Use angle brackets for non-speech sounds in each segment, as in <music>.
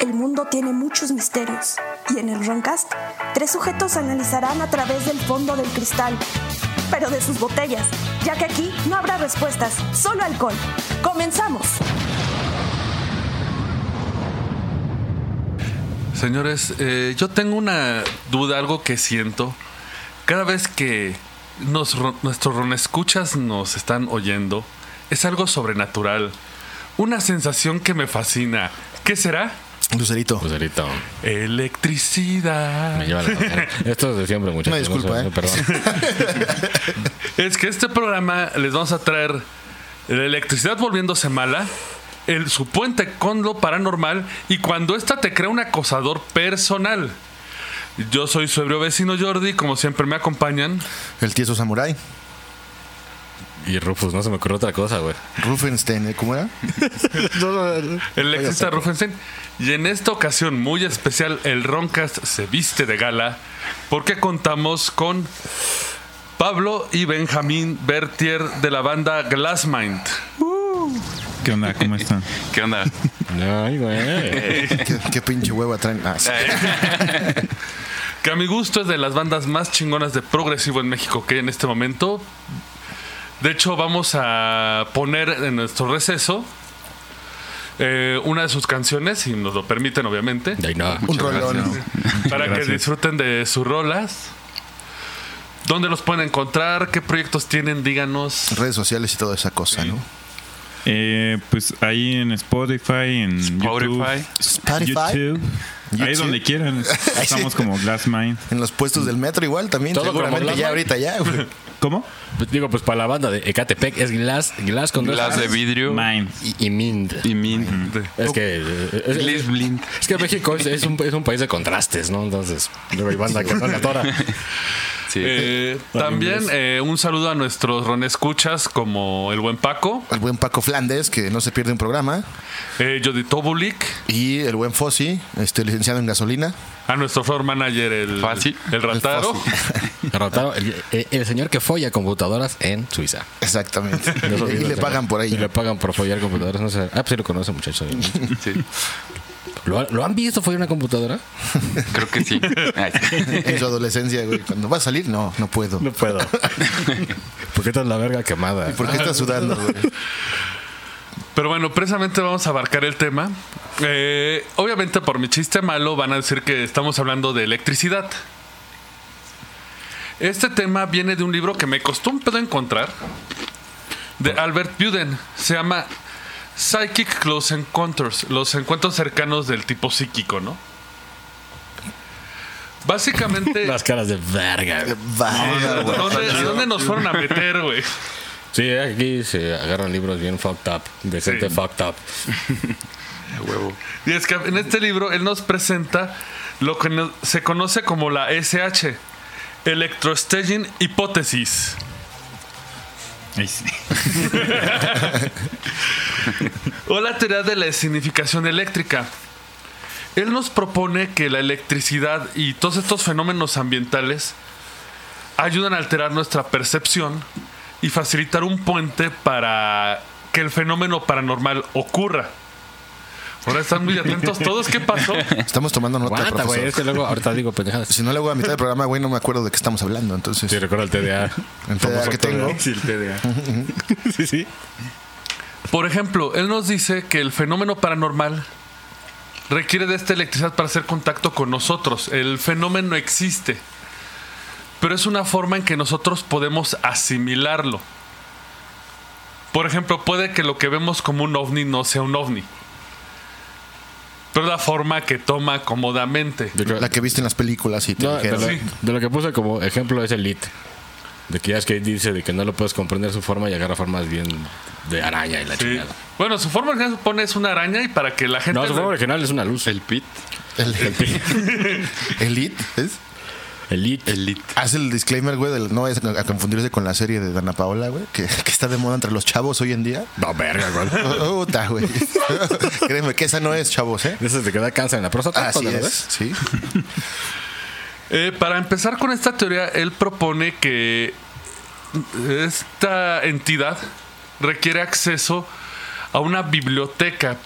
El mundo tiene muchos misterios y en el Roncast, tres sujetos analizarán a través del fondo del cristal, pero de sus botellas, ya que aquí no habrá respuestas, solo alcohol. ¡Comenzamos! Señores, eh, yo tengo una duda, algo que siento. Cada vez que nos, ro- nuestros escuchas nos están oyendo, es algo sobrenatural. Una sensación que me fascina. ¿Qué será? Lucerito. Lucerito, Electricidad. Pues me lleva <laughs> la contraria. Esto es de siempre, muchachos. Una disculpa, ¿eh? No <laughs> sé, Perdón. Es que este programa les vamos a traer la electricidad volviéndose mala, el, su puente con lo paranormal y cuando esta te crea un acosador personal. Yo soy su ebrio vecino Jordi, como siempre me acompañan. El tieso samurai. Y Rufus, no se me ocurrió otra cosa, güey. Rufenstein, ¿eh? ¿cómo era? <laughs> No, no, no. El Oye, exista Rufenstein. Y en esta ocasión muy especial, el Roncast se viste de gala porque contamos con Pablo y Benjamín Bertier de la banda Glassmind. ¿Qué onda? ¿Cómo <laughs> están? ¿Qué onda? Ay, güey. ¿Qué, qué pinche hueva traen. Ah, sí. Eh, que a mi gusto es de las bandas más chingonas de progresivo en México que hay en este momento. De hecho, vamos a poner en nuestro receso eh, una de sus canciones, si nos lo permiten, obviamente. Ay, no. Un rolón. para que Gracias. disfruten de sus rolas. ¿Dónde los pueden encontrar? ¿Qué proyectos tienen? Díganos. Redes sociales y toda esa cosa, ¿no? Eh, pues ahí en Spotify, en Spotify. YouTube, Spotify. YouTube, ahí YouTube. donde quieran. Estamos como Glass Mind. En los puestos del metro igual también. Todo seguramente como ya la- ahorita ya, güey. <laughs> ¿Cómo? Pues Digo, pues para la banda de Ecatepec es Glass, Glass con dos Glass de As vidrio Mind. y, y Mind. y mint. Es que. eh, Es, Glass blind. es que México es, es un, es un país de contrastes, ¿no? Entonces, luego hay banda que no le atora. Sí. Eh, también eh, un saludo a nuestros escuchas como el buen Paco, El buen Paco Flandes, que no se pierde un programa. eh, Jody Tobulik, Y el buen Fossi, este, licenciado en gasolina. a nuestro floor manager el, Fácil. el Rataro. Derrotaron el, el- el señor que folla computadoras en Suiza. Exactamente. De <laughs> esos y videos, le ¿no? pagan por ahí. Y le pagan por follar computadoras. No sé. Ah, pues sí lo conoce, muchacho. <laughs> Sí. ¿Lo, ha- ¿Lo han visto follar una computadora? Creo que sí. Ay, sí. En su adolescencia, güey. Cuando va a salir, no, no puedo. puedo. <laughs> Porque esta es la verga quemada. ¿Por qué está sudando, güey? Pero bueno, precisamente vamos a abarcar el tema. Eh, obviamente por mi chiste malo van a decir que estamos hablando de electricidad. Este tema viene de un libro que me costó un pedo encontrar, de Albert Buden. Se llama Psychic Close Encounters, los encuentros cercanos del tipo psíquico, ¿no? Básicamente, <laughs> Las caras de verga. güey. Vaya, güey. ¿dónde, dónde nos fueron a meter, güey? Sí, aquí se agarran libros bien fucked up. Decente Sí. fucked up. A huevo. Y es que en este libro él nos presenta lo que no- se conoce como la SH, Electrostaging Hipótesis. Ahí sí. <laughs> o la teoría de la significación eléctrica. Él nos propone que la electricidad y todos estos fenómenos ambientales ayudan a alterar nuestra percepción y facilitar un puente para que el fenómeno paranormal ocurra. Ahora están muy atentos todos. ¿Qué pasó? Estamos tomando nota, Aguanta, güey. profesor. Es que luego ahorita digo pendejadas. Si no le hago a mitad del programa, güey, no me acuerdo de qué estamos hablando. Entonces, Sí, recuerdo el TDA. el TDA Eh, que tengo. Sí, el TDA. Sí, sí. Por ejemplo, él nos dice que el fenómeno paranormal requiere de esta electricidad para hacer contacto con nosotros. El fenómeno existe, pero es una forma en que nosotros podemos asimilarlo. Por ejemplo, puede que lo que vemos como un ovni no sea un ovni, pero es la forma que toma cómodamente. Yo creo- La que viste en las películas y te No, de, dijeron. lo, Sí. de lo que puse como ejemplo es el lit. De que ya es que dice de que no lo puedes comprender su forma y agarra formas bien de araña y la Sí. chingada. Bueno, su forma original supone es una araña y para que la gente... No, su forma original es una luz. El pit. El, Elite, ¿es? El lit. Elite. Hace el disclaimer, güey, del- no es a confundirse con la serie de Dana Paola, güey, que, que está de moda entre los chavos hoy en día. No, verga, güey. <laughs> Oh, Puta, güey. Créeme que esa no es, chavos, ¿eh? De esas de que da cáncer en la próstata. Así ¿no? es, sí. <laughs> Eh, para empezar con esta teoría, él propone que esta entidad requiere acceso a una biblioteca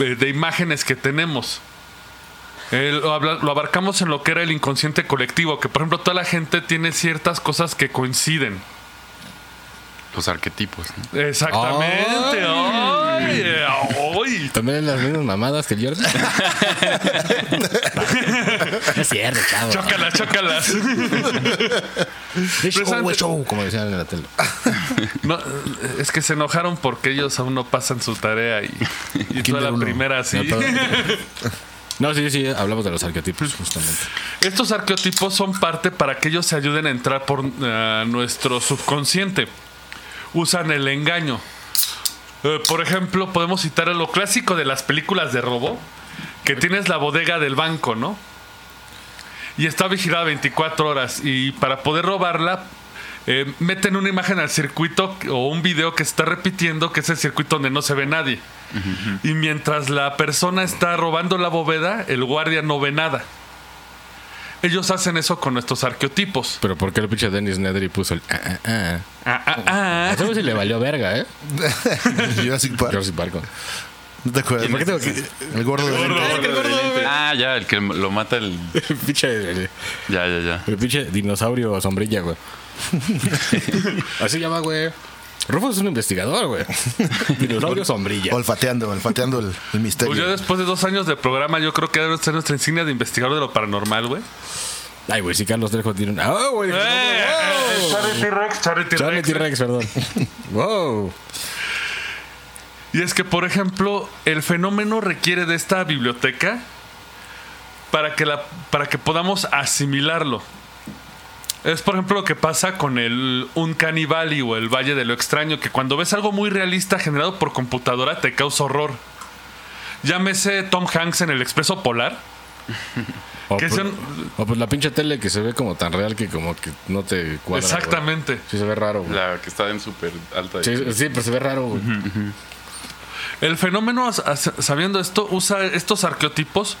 eh, de imágenes que tenemos. Eh, lo, habla- lo abarcamos en lo que era el inconsciente colectivo, que por ejemplo toda la gente tiene ciertas cosas que coinciden. Los arquetipos. ¿no? Exactamente. Ay, eh, ay. También las mismas mamadas que el Jordi. no es cierto, chavo. Chócalas, chócalas. Es show, Presente. es show, como decían en la tele. No, es que se enojaron porque ellos aún no pasan su tarea y, y tú a Kinder la uno. primera así. No, perdón. No, sí, sí, hablamos de los arquetipos, justamente. Estos arqueotipos son parte para que ellos se ayuden a entrar por eh, nuestro subconsciente. Usan el engaño. Eh, por ejemplo, podemos citar a lo clásico de las películas de robo, que tienes la bodega del banco, ¿no? Y está vigilada 24 horas y para poder robarla eh, meten una imagen al circuito o un video que está repitiendo, que es el circuito donde no se ve nadie. Y mientras la persona está robando la bóveda, el guardia no ve nada. Ellos hacen eso con nuestros arqueotipos. Pero ¿por qué el pinche Dennis Nedry puso el... Ah, ah, Ah, ah, ah. ah? A ese sí le valió verga, ¿eh? Jurassic Park. Jurassic Park. ¿no? ¿No te acuerdas? ¿Por qué tengo que...? El gordo de lentes. Ah, ya, el que lo mata el. <laughs> El pinche, el, Ya, ya, ya. el pinche dinosaurio sombrilla, <laughs> güey. Así llama, güey. Rufo es un investigador, <laughs> güey. Dinosaurio sombrilla. Olfateando, olfateando el, el misterio. Pues yo después de dos años de programa, yo creo que debe ser nuestra insignia de investigador de lo paranormal, güey. Ay, güey, sí, Carlos Trejo tiene un... ¡Ah, güey! Eh, Charlie T-Rex, Charlie Charlie T-Rex. <laughs> T-Rex, perdón. wow. Y es que, por ejemplo, el fenómeno requiere de esta biblioteca para que, la, para que podamos asimilarlo. Es, por ejemplo, lo que pasa con el Uncanny Valley o el Valle de lo Extraño, que cuando ves algo muy realista generado por computadora te causa horror. Llámese Tom Hanks en el Expreso Polar. O, Que pues- son- o pues la pinche tele que se ve como tan real que como que no te cuadra. güey. Exactamente. Sí se ve raro, güey. La que está en súper alta. Sí, sí, pero se ve raro, güey. El fenómeno, as- as- sabiendo esto, usa estos arqueotipos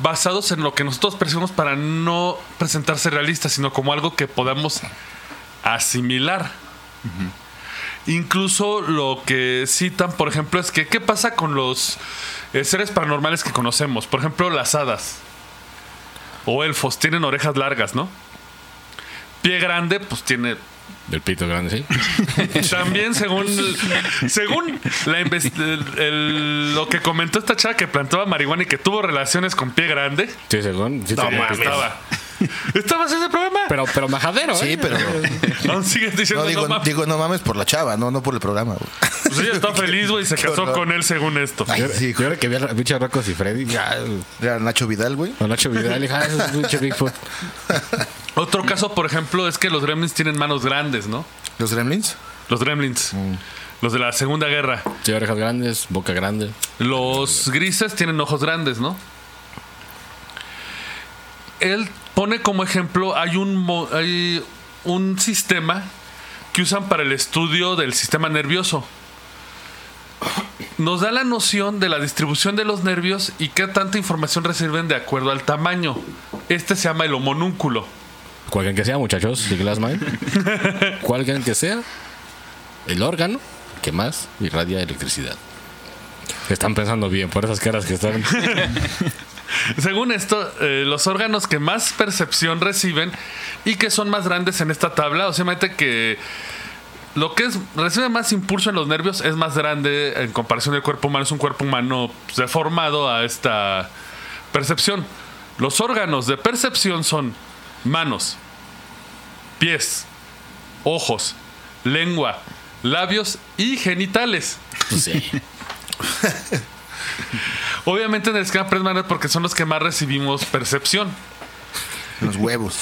basados en lo que nosotros percibimos para no presentarse realistas, sino como algo que podamos asimilar. Incluso lo que citan, por ejemplo, es que qué pasa con los eh, seres paranormales que conocemos. Por ejemplo, las hadas o elfos tienen orejas largas, ¿no? Pie grande, pues tiene Del pito grande, sí. también según según la inves- el- el- lo que comentó esta chava que plantaba marihuana y que tuvo relaciones con pie grande. Sí, según. Sí, No tenía mames, pito. estaba. ¿Estabas en ese programa? Pero, pero majadero, Sí, ¿eh? pero Aún sigues diciendo no, no digo, mames. digo no mames por la chava, no, no por el programa. güey. Pues ella está feliz, güey, y se <laughs> Qué casó horror. con él según esto. Ay, Yo, sí, yo era que vi a la- pinche Rocos y Freddy. Ya, Era Nacho Vidal, güey. o Nacho Vidal, hija, ese es un pinche Bigfoot. Otro caso, por ejemplo, es que los gremlins tienen manos grandes, ¿no? Los Gremlins. Los gremlins. Mm. Los de la Segunda Guerra. Sí, orejas grandes, boca grande. Los grises tienen ojos grandes, ¿no? Él pone como ejemplo, hay un, mo- hay un sistema que usan para el estudio del sistema nervioso. Nos da la noción de la distribución de los nervios y qué tanta información reciben de acuerdo al tamaño. Este se llama el homonúnculo. Cualquier que sea, muchachos, de Glass Mind. Cualquier que sea, el órgano que más irradia electricidad. Están pensando bien por esas caras que están. Según esto, eh, los órganos que más percepción reciben y que son más grandes en esta tabla, o sea, imagínate que lo que es recibe más impulso en los nervios es más grande en comparación del cuerpo humano, es un cuerpo humano pues, deformado a esta percepción. Los órganos de percepción son manos, pies, ojos, lengua, labios y genitales. Pues sí. Obviamente en el esquema Pressman porque son los que más recibimos percepción. Los huevos.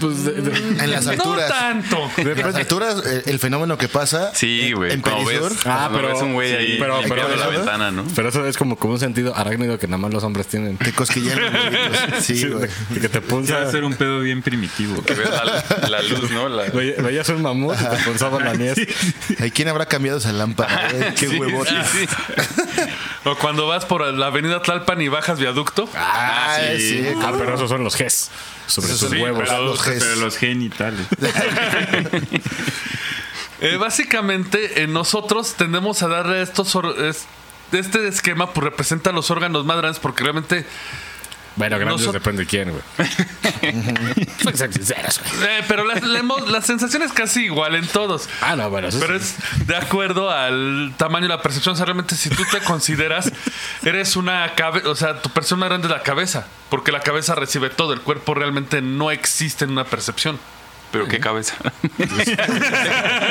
Pues de- de- En las No alturas. tanto. <laughs> En las alturas, eh, el, el fenómeno que pasa. eh, Sí, güey. En Como ves, Perisur. Ah, cuando pero- ves un güey sí, ahí pero- limpiando pero- la ventana, ¿no? Pero eso es como, como un sentido arácnido que nada más los hombres tienen. Te cosquillean los huevitos. Sí, güey. De que te Va a punza. ser un pedo bien primitivo. Que ves la, la luz, ¿no? La- Veía- Veías un mamut y te punzaba la mies. Ay, ¿Quién habrá cambiado esa lámpara? güey? Qué Sí, huevotes. sí, sí. O cuando vas por la avenida Tlalpan y bajas viaducto. Ah, Ah, sí. sí. Ah, pero esos son los Gs. Sobre Esos sus son- huevos. pero- Los Los- Gs. pero los genitales. Ah. Eh, básicamente, eh, nosotros tendemos a darle a estos or- es- este esquema pues representa los órganos más grandes porque realmente Bueno, grandes Nosot- depende de quién, <laughs> güey. Hay que ser sinceros, güey. Eh, pero la, la hemos- la sensación es casi igual en todos. Ah, no, bueno, eso Pero es sí. de acuerdo al tamaño y la percepción. O sea, realmente, si tú te consideras, eres una cabeza. O sea, tu persona grande es la cabeza. Porque la cabeza recibe todo. El cuerpo realmente no existe en una percepción. Pero qué cabeza.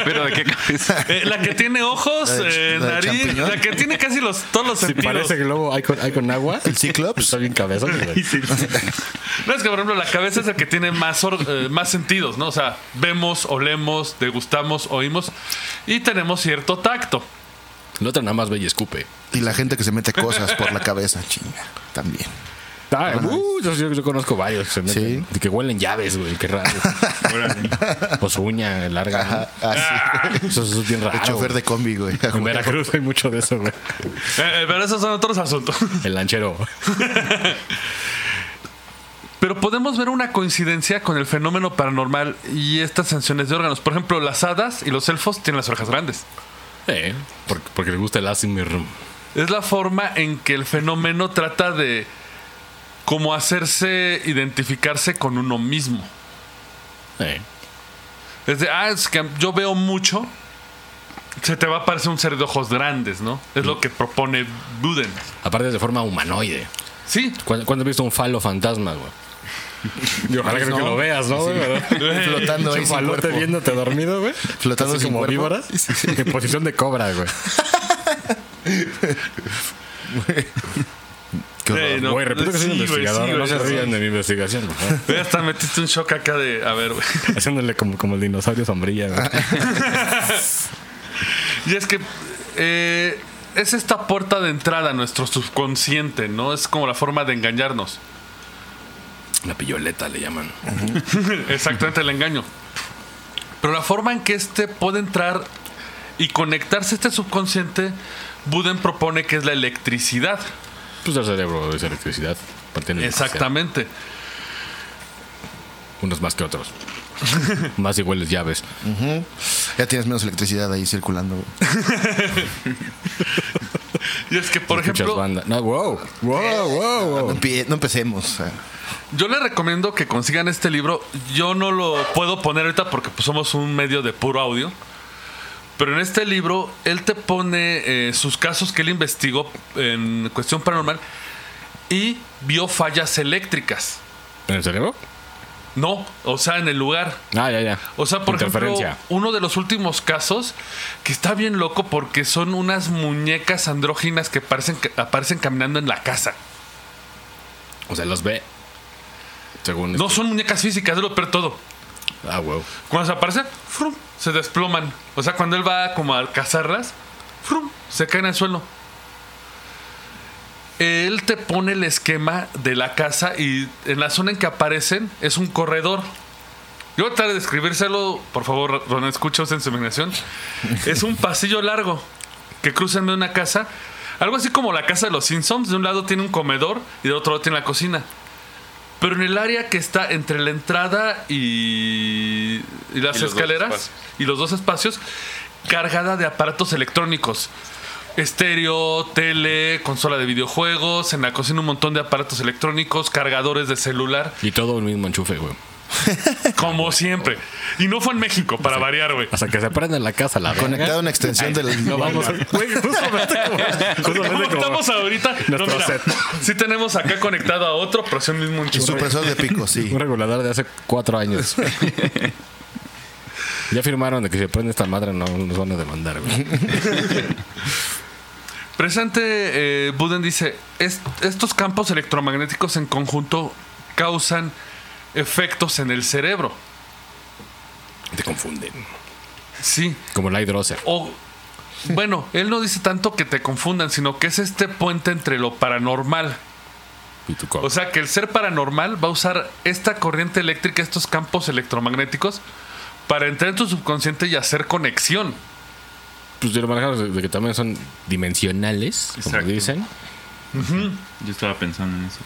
Pero de qué cabeza. Eh, la que tiene ojos, La de ch- eh, la de nariz, champiñón. la que tiene casi los, todos los Si sentidos. parece que luego hay con, hay con agua. ¿El Cyclops? Está bien cabeza, güey. No, es que, por ejemplo, la cabeza es el que tiene más, or- eh, más sentidos, ¿no? O sea, vemos, olemos, degustamos, oímos y tenemos cierto tacto. El otro nada más ve y escupe. Y la gente que se mete cosas por la cabeza, chinga, también. Ah, uh, yo, yo- yo conozco varios que se meten. Sí. De que huelen llaves, güey. Qué <laughs> raro. Órale. O su uña larga. ¿no? Ajá, así. <laughs> Eso, eso es bien raro. El chofer de combi, güey. En Veracruz hay mucho de eso, güey. Eh, eh, pero esos son otros asuntos. <laughs> El lanchero. <laughs> Pero podemos ver una coincidencia con el fenómeno paranormal y estas sanciones de órganos. Por ejemplo, las hadas y los elfos tienen las orejas grandes. Eh, porque, porque le gusta el Asimir. Es la forma en que el fenómeno trata de como hacerse identificarse con uno mismo. Eh. Es de, ah, es que yo veo mucho. Se te va a parecer un ser de ojos grandes, ¿no? Es lo que propone Buden. Aparte de forma humanoide. Sí. ¿Cuándo, cuándo has visto un falo fantasma, güey? <laughs> Y ojalá que, no. que lo veas, ¿no? güey? <laughs> Flotando ahí Un sin falote cuerpo. viéndote dormido, <laughs> güey. Flotando Así sin como cuerpo. víboras. En posición de cobra, <laughs> güey. Qué horror. Eh, no. Güey, repito que soy Sí, güey, investigador. sí, no güey, se sí. rían de mi investigación, güey. <laughs> Ya hasta metiste un shock acá de. A ver, güey. <laughs> Haciéndole como, como el dinosaurio sombrilla, <laughs> güey. Y es que eh, es esta puerta de entrada a nuestro subconsciente, ¿no? Es como la forma de <laughs> engañarnos. La pilloleta le llaman. Exactamente el engaño. Pero la forma en que este puede entrar y conectarse a este subconsciente, Buden propone que es la electricidad. Pues el cerebro es electricidad. parte de la electricidad. Exactamente. Unos más que <laughs> otros. más iguales llaves. Ya tienes menos electricidad ahí circulando. güey. Y es que, por Escuchas ejemplo, eh, banda. No, wow. Wow, wow, wow. No, empie- no empecemos. ah. yo les recomiendo que consigan este libro. Yo no lo puedo poner ahorita porque pues, somos un medio de puro audio. Pero en este libro, él te pone eh, sus casos que él investigó en cuestión paranormal y vio fallas eléctricas. ¿En el cerebro? No, o sea, en el lugar. Ah, ya, ya. O sea, por ejemplo, Interferencia. uno de los últimos casos que está bien loco porque son unas muñecas andróginas que parecen, que aparecen caminando en la casa. O sea, los ve. Según. No esto. son muñecas físicas, es lo peor de todo. Ah, wow. Cuando se aparece, frum, se desploman. O sea, cuando él va como a cazarlas, frum, se caen al suelo. Él te pone el esquema de la casa y en la zona en que aparecen es un corredor. Yo voy a tratar de describírselo, por favor, Ron, escucha usted en su imaginación. Es un pasillo largo que cruzan de una casa, algo así como la casa de los Simpsons. De un lado tiene un comedor y del otro lado tiene la cocina. Pero en el área que está entre la entrada y, y las Y los dos escaleras espacios. y los dos espacios, cargada de aparatos electrónicos. Estéreo, tele, consola de videojuegos, en la cocina un montón de aparatos electrónicos, cargadores de celular, Y todo el mismo enchufe, güey. como siempre. Y no fue en México, para variar, güey. Hasta que se prende la casa, la Conectado a verga. una extensión del. No vamos a. <laughs> Güey, justamente <laughs> como. ¿Cómo Justamente como. estamos ahorita? No, nuestro mira, set. sí tenemos acá conectado a otro, pero es el mismo enchufe. Supresor de pico, sí. Un regulador de hace <laughs> cuatro años. Ya firmaron de que si prende esta madre no nos van a demandar, güey. Presente, eh, Buden dice, "Est- estos campos electromagnéticos en conjunto causan efectos en el cerebro. Te confunden. Sí, Como la hidrocer. o bueno, él no dice tanto que te confundan, sino que es este puente entre lo paranormal. Y tu co- O sea, que el ser paranormal va a usar esta corriente eléctrica, estos campos electromagnéticos, para entrar en tu subconsciente y hacer conexión. Pues de lo manejamos de- de que también son dimensionales, como Exacto. dicen. Yo estaba pensando en eso.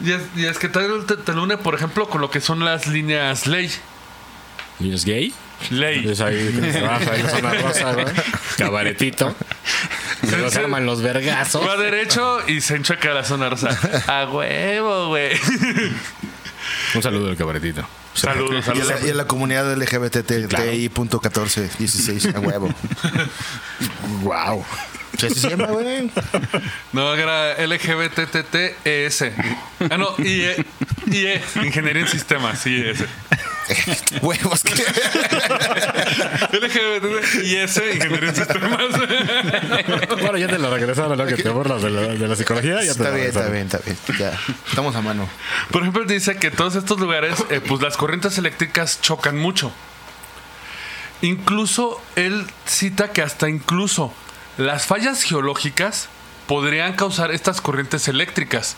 Y es, y es que tal te, te lo une, por ejemplo, con lo que son las líneas ley. Y es gay. Ley. Es ahí que se baja, ahí la zona rosa, güey. Cabaretito. Y se los Sí. arman los vergazos. Va derecho y se enchueca la zona rosa. <laughs> A huevo, güey. Un saludo al cabaretito. <laughs> Saludos, Y a la, y a saludos. la comunidad LGBTTI.1416, a huevo. Wow. Sí, así se llama, güey. No, era LGBTTTES. Ah, no, IE. IE, E, Ingeniería en Sistemas, E IES. Huevos. que- LGBTTIS, E Ingeniería en Sistemas. <laughs> Bueno, ya te lo regresaron, ¿no? Que te borras de la, de la psicología. Ya te Está lo bien, está regresaron. bien, está bien. Ya, estamos a <laughs> mano. Por ejemplo, dice que todos estos lugares, eh, pues las corrientes eléctricas chocan mucho. Incluso él cita que hasta incluso las fallas geológicas podrían causar estas corrientes eléctricas.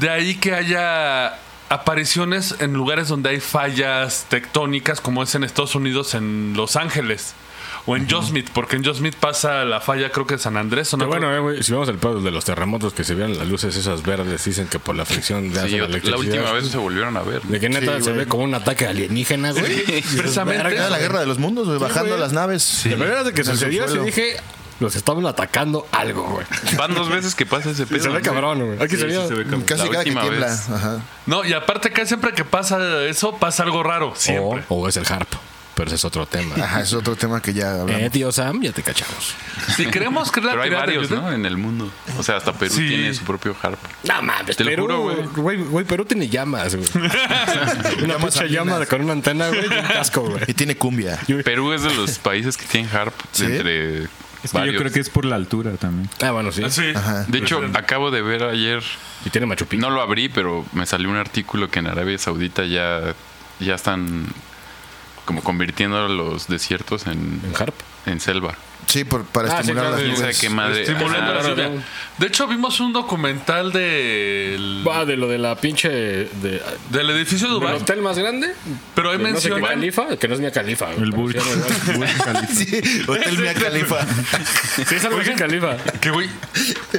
De ahí que haya apariciones en lugares donde hay fallas tectónicas, como es en Estados Unidos, en Los Ángeles. O en Yosemite, porque en Yosemite pasa la falla, creo que de San Andrés. ¿o no? Pero bueno, eh, güey, si vemos el pedo de los terremotos que se vieron las luces esas verdes, dicen que por la fricción de hace Sí, la la electricidad. última vez se volvieron a ver. De que neta Sí, se güey. ve como un ataque alienígena, güey. Expresamente. Era la guerra de los mundos, güey, bajando güey. las naves. Sí. De verdad de que sucedió, se dije, los estamos atacando algo, güey. Van dos veces que pasa ese pedo. se ve ¿no? cabrón, güey. Aquí se Sí, sí veía- se ve cabrón. Casi La cada que última tiembla. vez. Ajá. No, y aparte que siempre que pasa eso, pasa algo raro. O, Siempre. o es el harp, pero ese es otro <laughs> tema. Ajá, es otro tema que ya Eh, hablamos. tío Sam, ya te cachamos. Si queremos creer la Pero hay teoría de varios, Newton- ¿no? En el mundo. O sea, hasta Perú Sí. tiene su propio harp. No mames, Te lo Perú, juro, güey. güey. Güey, Perú tiene llamas, güey. Una Llamas pinche llama andinas. con una antena, güey, y un casco, güey. Y tiene cumbia. Perú es de los países que tienen harp ¿Sí? entre Es que varios. yo creo que es por la altura también. Ah, bueno, sí. Ah, sí. De hecho, acabo de ver ayer, Y tiene Machu Picchu. no lo abrí, pero me salió un artículo que en Arabia Saudita ya, ya están como convirtiendo los desiertos en, En harp. en selva. Sí, por, para Ah, sí, estimular claro, las sí, O sea, nubes. qué madre. Ah, Estimulando Ajá. la lluvia. De hecho, vimos un documental del, Va de lo de la pinche. De, del edificio de del Dubái. hotel más grande. Pero ahí de no sé qué mencionan. califa, que no es mi califa. güey. El Burj. Sí, <laughs> Burj Khalifa. Sí, Hotel Mia Khalifa. Sí, es el Burj califa. que, güey,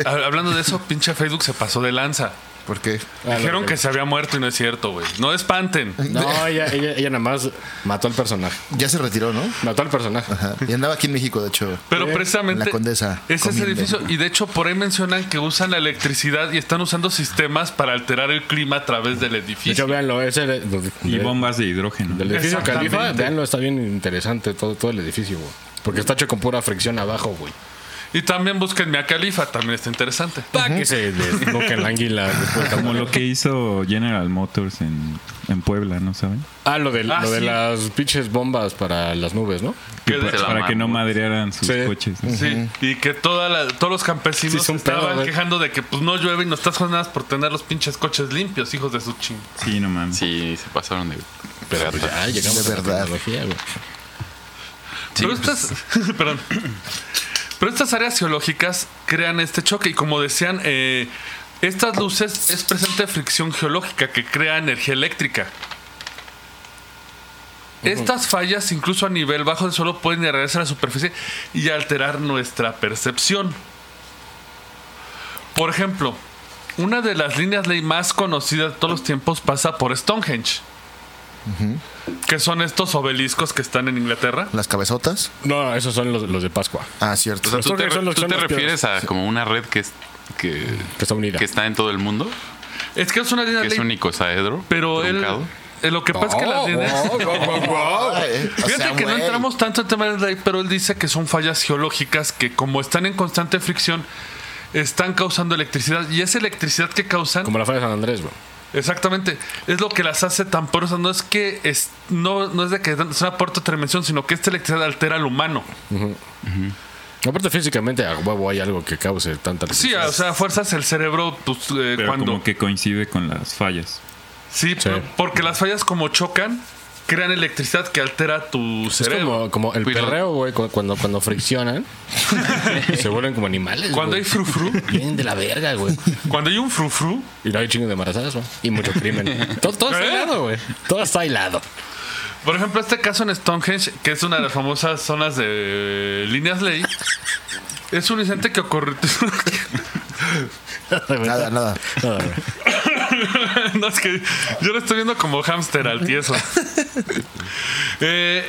ha- hablando de eso, pinche Facebook se pasó de lanza. ¿Por qué? Dijeron que se había muerto y no es cierto, güey. No espanten. No, ella, ella, ella nada más mató al personaje. Ya se retiró, ¿no? Mató al personaje. Ajá. Y andaba aquí en México, de hecho. Pero precisamente. eh, La Condesa, Ese es el comiendo. edificio. Y de hecho, por ahí mencionan que usan la electricidad y están usando sistemas para alterar el clima a través del De edificio. hecho, véanlo, ese. de- de- Y de- bombas de hidrógeno. Del edificio Exactamente. Califa, véanlo, está bien interesante todo, todo el edificio, güey. Porque está hecho con pura fricción abajo, güey. Y también busquen mi califa, también está interesante. Para que se desboque <laughs> el anguila. después Como también. lo que hizo General Motors en, en Puebla, ¿no saben? Ah, lo de, Ah, lo de sí. las pinches bombas para las nubes, ¿no? Que Que pa- se la para que no mamó. madrearan sus Sí. coches. ¿no? Sí, y que toda la- todos los campesinos Sí, es un pedo, estaban güey. quejando de que pues no llueve y no estás jodiendo nada más por tener los pinches coches limpios, hijos de su ching. Sí, no mames. Sí, se pasaron de... Pero pues ya llegamos De a la verdad. tecnología, güey. Pero estas, <laughs> perdón. Pero estas áreas geológicas crean este choque y como decían, eh, estas luces es presente fricción geológica que crea energía eléctrica. Estas fallas, incluso a nivel bajo del suelo, pueden irradiarse a la superficie y alterar nuestra percepción. Por ejemplo, una de las líneas ley más conocidas de todos los tiempos pasa por Stonehenge, que son estos obeliscos que están en Inglaterra. Las cabezotas. No, esos son los, los de Pascua. Ah, O cierto. sea, tú te, Porque son los- tú son te los refieres a como una red que, es- que, Que está unida. que está en todo el mundo, Es que es una línea que es ley, un icosaedro. pero él, truncado. eh, lo que pasa Oh, es que las líneas... <laughs> Ah, eh, o Fíjate sea, que no güey. entramos tanto en tema del ley, pero él dice que son fallas geológicas que como están en constante fricción, están causando electricidad. Y esa electricidad que causan, Como la falla de San Andrés, güey. exactamente, es lo que las hace tan porosas. No es que es, no, no es de que es una por otra dimensión, sino que esta electricidad altera al humano. Aparte, físicamente, a huevo hay algo que cause tanta Sí, resistencia. o sea, fuerzas el cerebro pues, eh, Pero cuando... como que coincide con las fallas. Sí, pero- porque las fallas como chocan, crean electricidad que altera tu es cerebro. como, como el Pues lo- perreo, güey, cu- cuando, cuando <laughs> friccionan, se vuelven como animales. Cuando güey. hay frufru, Vienen de la verga, güey. cuando hay un frufru, Y no hay chingo de embarazadas, güey. Y mucho crimen. Todo, todo está ¿Eh? hilado, güey. Todo está hilado. Por ejemplo, este caso en Stonehenge, que es una de las famosas zonas de líneas ley, es un incidente que ocurrió. <laughs> Nada, nada. Nada, güey. no, es que yo lo estoy viendo como hámster al tieso. Eh,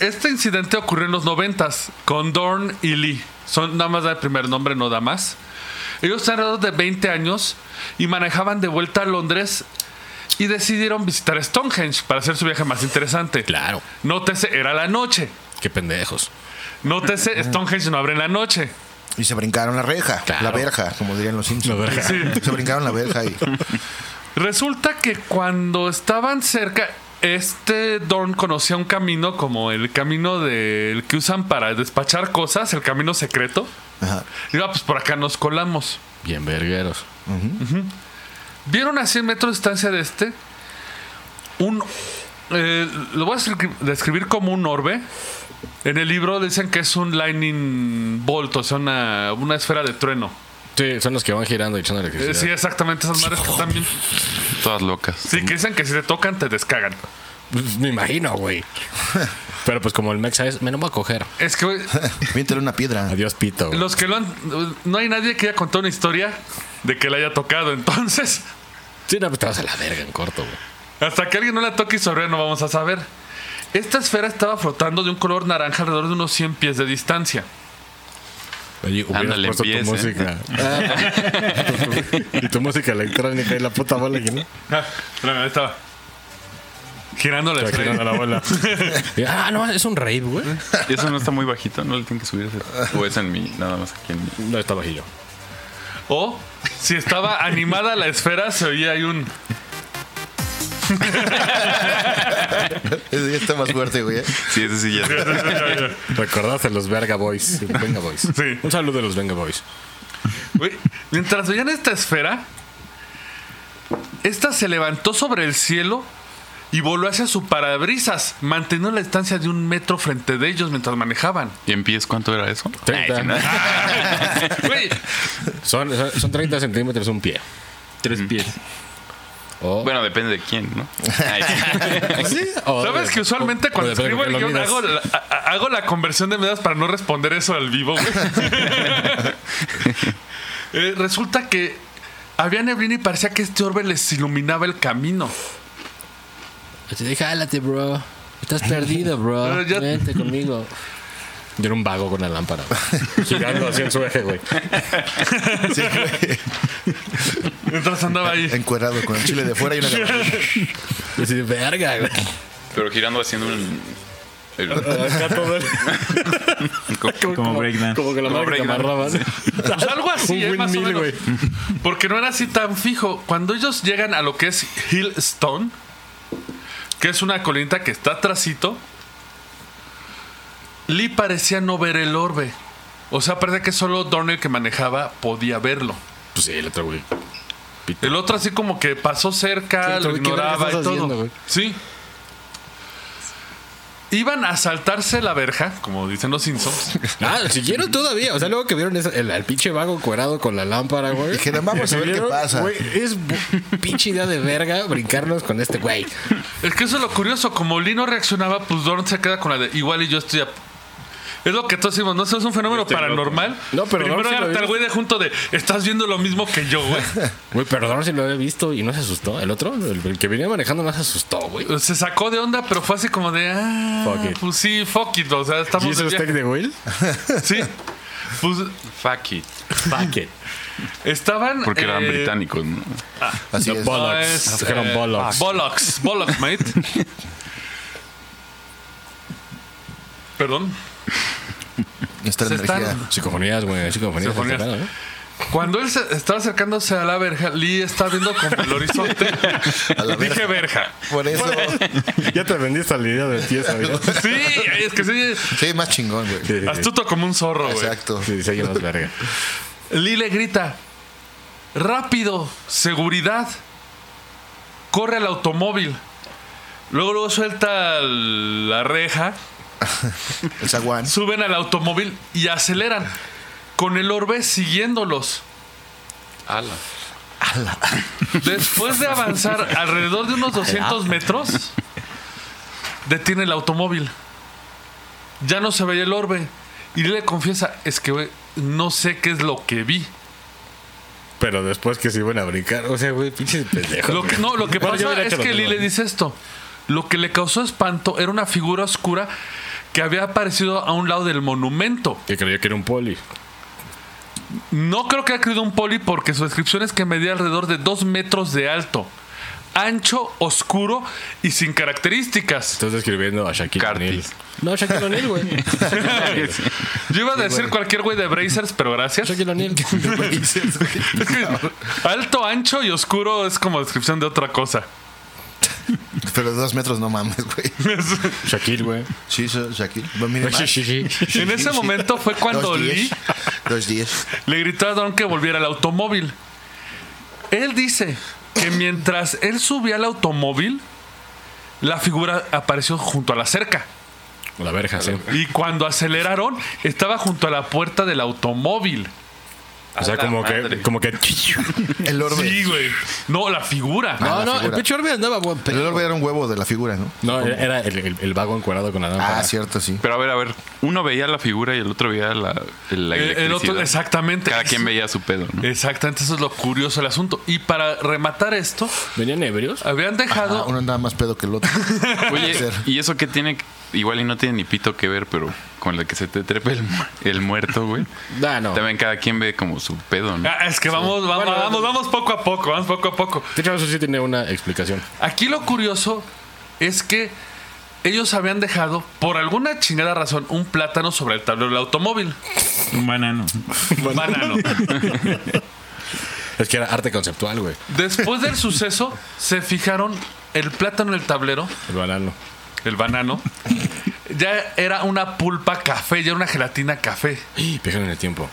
este incidente ocurrió en los noventas con Dorn y Lee. Son nada más da el primer nombre, no da más. Ellos tenían alrededor de 20 años y manejaban de vuelta a Londres y decidieron visitar Stonehenge para hacer su viaje más interesante. Claro. Nótese, era la noche. Qué pendejos. Nótese, Stonehenge no abre en la noche. Y se brincaron la reja, Claro. la verja, como dirían los Simpsons. La verja. Se brincaron la verja y Resulta que cuando estaban cerca, este Dorn conocía un camino como el camino del que usan para despachar cosas, el camino secreto. ajá, Y va, pues por acá nos colamos. Bien vergueros. Vieron a 100 metros de distancia de este un. eh, lo voy a descri- describir como un orbe. En el libro dicen que es un lightning bolt, o sea, una, una esfera de trueno. Sí, son los que van girando y echando Eh, electricidad. sí, exactamente, esas madres que también. Todas locas. Sí, que dicen que si te tocan, te descagan. Pues, Me imagino, güey. Pero pues como el Mexa es, me no voy a coger. Es que güey, Viéntale una piedra. Adiós, pito. güey. los que lo han. No hay nadie que haya contado una historia de que la haya tocado. Entonces, <laughs> Sí, no, pues te vas a la verga en corto, güey. Hasta que alguien no la toque y sobre no vamos a saber. Esta esfera estaba flotando de un color naranja alrededor de unos 100 pies de distancia. Oye, hubieras Ándale, puesto tu empieza, música. <laughs> y tu música electrónica y la puta bola que no. Ah, espérame, ahí estaba. Girando la Estaba esfera. girando la bola. Y, ah, no, es un rave, güey. Eso no está muy bajito, no le tienen que subir. ese- O es en mi, nada más aquí en mi. No está bajillo. O si estaba animada la esfera, se oía ahí un. Ese ya está más fuerte, güey. ¿eh? Sí, ese sí ya. Recordaste los Verga Boys. Venga Boys. Sí. Un saludo de los Venga Boys. Güey, Mientras veían esta esfera, esta se levantó sobre el cielo y voló hacia su parabrisas, manteniendo la distancia de un metro frente de ellos mientras manejaban. ¿Y en pies cuánto era eso? Treinta. Ah, Ay, sí, ¿no? Güey, Son, son- son 30 centímetros un pie. Tres Mm. pies. O- Bueno, depende de quién, ¿no? Ay, sí. ¿sí? O- ¿Sabes que usualmente o- cuando o depende escribo de el lo guión midas. hago la, a- a- hago la conversión de medidas para no responder eso al vivo? <laughs> güey? Eh, resulta que había neblina y parecía que este orbe les iluminaba el camino. Así de, jálate, bro. <laughs> Estás perdido, Pero bro. ya- Vente conmigo. Yo era un vago con la lámpara. <laughs> güey. Girando así en su eje, güey. Sí, güey. Mientras andaba ahí. Encuerrado con el chile de fuera y una gabardina. Y así de, verga, güey. Pero girando haciendo un. el- Acá todo el- <laughs> Como breakdance. Como que la Como madre que te breakdance. amarraban. <laughs> Pues algo así, eh, Un más o windmill, menos. güey. Porque no era así tan fijo. Cuando ellos llegan a lo que es Hillstone, que es una colinita que está atrasito, Lee parecía no ver el orbe. O sea, parecía que solo Dornell que manejaba podía verlo. Pues sí, el otro, güey. Pito. El otro así como que pasó cerca, Sí, lo ¿qué verga ignoraba y estás todo. haciendo, güey? sí. Iban a saltarse la verja, como dicen los Simpsons. Ah, siguieron todavía. O sea, luego que vieron esa- el, al pinche vago cuerado con la lámpara, güey. Dijeron, "Vamos a ver qué Vieron, pasa". güey, es bu- pinche idea de verga brincarnos con este güey. Es que eso es lo curioso. Como Lee no reaccionaba, pues Dorn se queda con la de igual y yo estoy a... Es lo que todos decimos, no sé, es un fenómeno paranormal. No, pero Dorn Primero sí lo agárrate vio. al güey de junto de estás viendo lo mismo que yo, <laughs> güey. Güey, perdón si lo había visto y no se asustó. El otro, el, el que venía manejando, no se asustó, güey. se sacó de onda, pero fue así como de ah, Fuck it. pues sí, fuck it. O sea, estamos de Jesus take viaje. the wheel. Sí. Pues Fuck it. Fuck it. estaban. Porque eran eh, británicos, ¿no? Así The es. bollocks. es, Dijeron eh, bollocks. Bollocks, bollocks, <laughs> mate. Perdón. Nuestra se están- energía. Psicofonías, güey. Psicofonías. Psicofonías. esta pedo, ¿no? Cuando él se estaba acercándose a la verja, Lee está viendo como el horizonte. <laughs> A la Dije verja. verja. Por eso. Ya te vendiste la idea de pieza, <laughs> güey. Sí, es que sí. Sí, más chingón, güey. Astuto como un zorro, güey. Exacto. Sí, sí, hay más verga. Lee le grita: ¡Rápido! ¡Seguridad! Corre al automóvil. Luego, luego suelta la reja, El zaguán. suben al automóvil y aceleran. Con el orbe siguiéndolos. Ala. Después de avanzar alrededor de unos 200 metros, detiene el automóvil. Ya no se veía el orbe. Y le confiesa, es que güey, no sé qué es lo que vi. Pero después que se iban a brincar, o sea, güey, pinche pendejo. Lo que- güey. no, lo que Bueno, yo pasa hubiera es hecho lo que Lee mismo. le dice esto. Lo que le causó espanto era una figura oscura que había aparecido a un lado del monumento. Que creía que era un poli. No creo que haya creído un poli porque su descripción es que medía alrededor de 2 metros de alto, ancho, oscuro y sin características. Estás describiendo a Shaquille Carti. O'Neal. No, Shaquille O'Neal, güey. <laughs> Yo iba a decir cualquier güey de Brazers, pero gracias. <laughs> Shaquille O'Neal. Es que alto, ancho y oscuro es como descripción de otra cosa. Pero de dos metros no mames, güey. Shaquille, güey. Sí, so- Shaquille. Bueno, mire más. En ese momento fue cuando Dos Lee diez. Dos diez. le gritó a Don que volviera al automóvil. Él dice que mientras él subía al automóvil, la figura apareció junto a la cerca. La verja, sí. Y cuando aceleraron, estaba junto a la puerta del automóvil. O sea, como que, como que. El orbe. Sí, güey. No, la figura. Ah, No, la no, el figura. pinche Orbe andaba buen Pero el pedo. orbe era un huevo de la figura, ¿no? No, era el, el, el vago encuadrado con la lámpara. Ah, cierto, sí. Pero a ver, a ver, uno veía la figura y el otro veía la, la Eh, El- el otro, Eh, electricidad. exactamente. Cada quien veía su pedo, ¿no? Exactamente, eso es lo curioso del asunto. Y para rematar esto, ¿Venían ebrios? habían dejado Ah, uno andaba más pedo que <laughs> el otro. Oye, ser. ¿y eso qué tiene? Igual y no tiene ni pito que ver, pero con la que se te trepe el, mu- el muerto, güey. Ah, no. También cada quien ve como su pedo, ¿no? Ah, es que vamos, vamos, Bueno, vamos, vamos poco a poco, vamos poco a poco. De hecho, eso sí tiene una explicación. Aquí lo curioso es que ellos habían dejado, por alguna chingada razón, un plátano sobre el tablero del automóvil. Un banano. Banano. Es que era arte conceptual, güey. Después del suceso, se fijaron el plátano en el tablero, El banano. el banano. Ya era una pulpa café, ya era una gelatina café. ¡Ih! Viajan en el tiempo.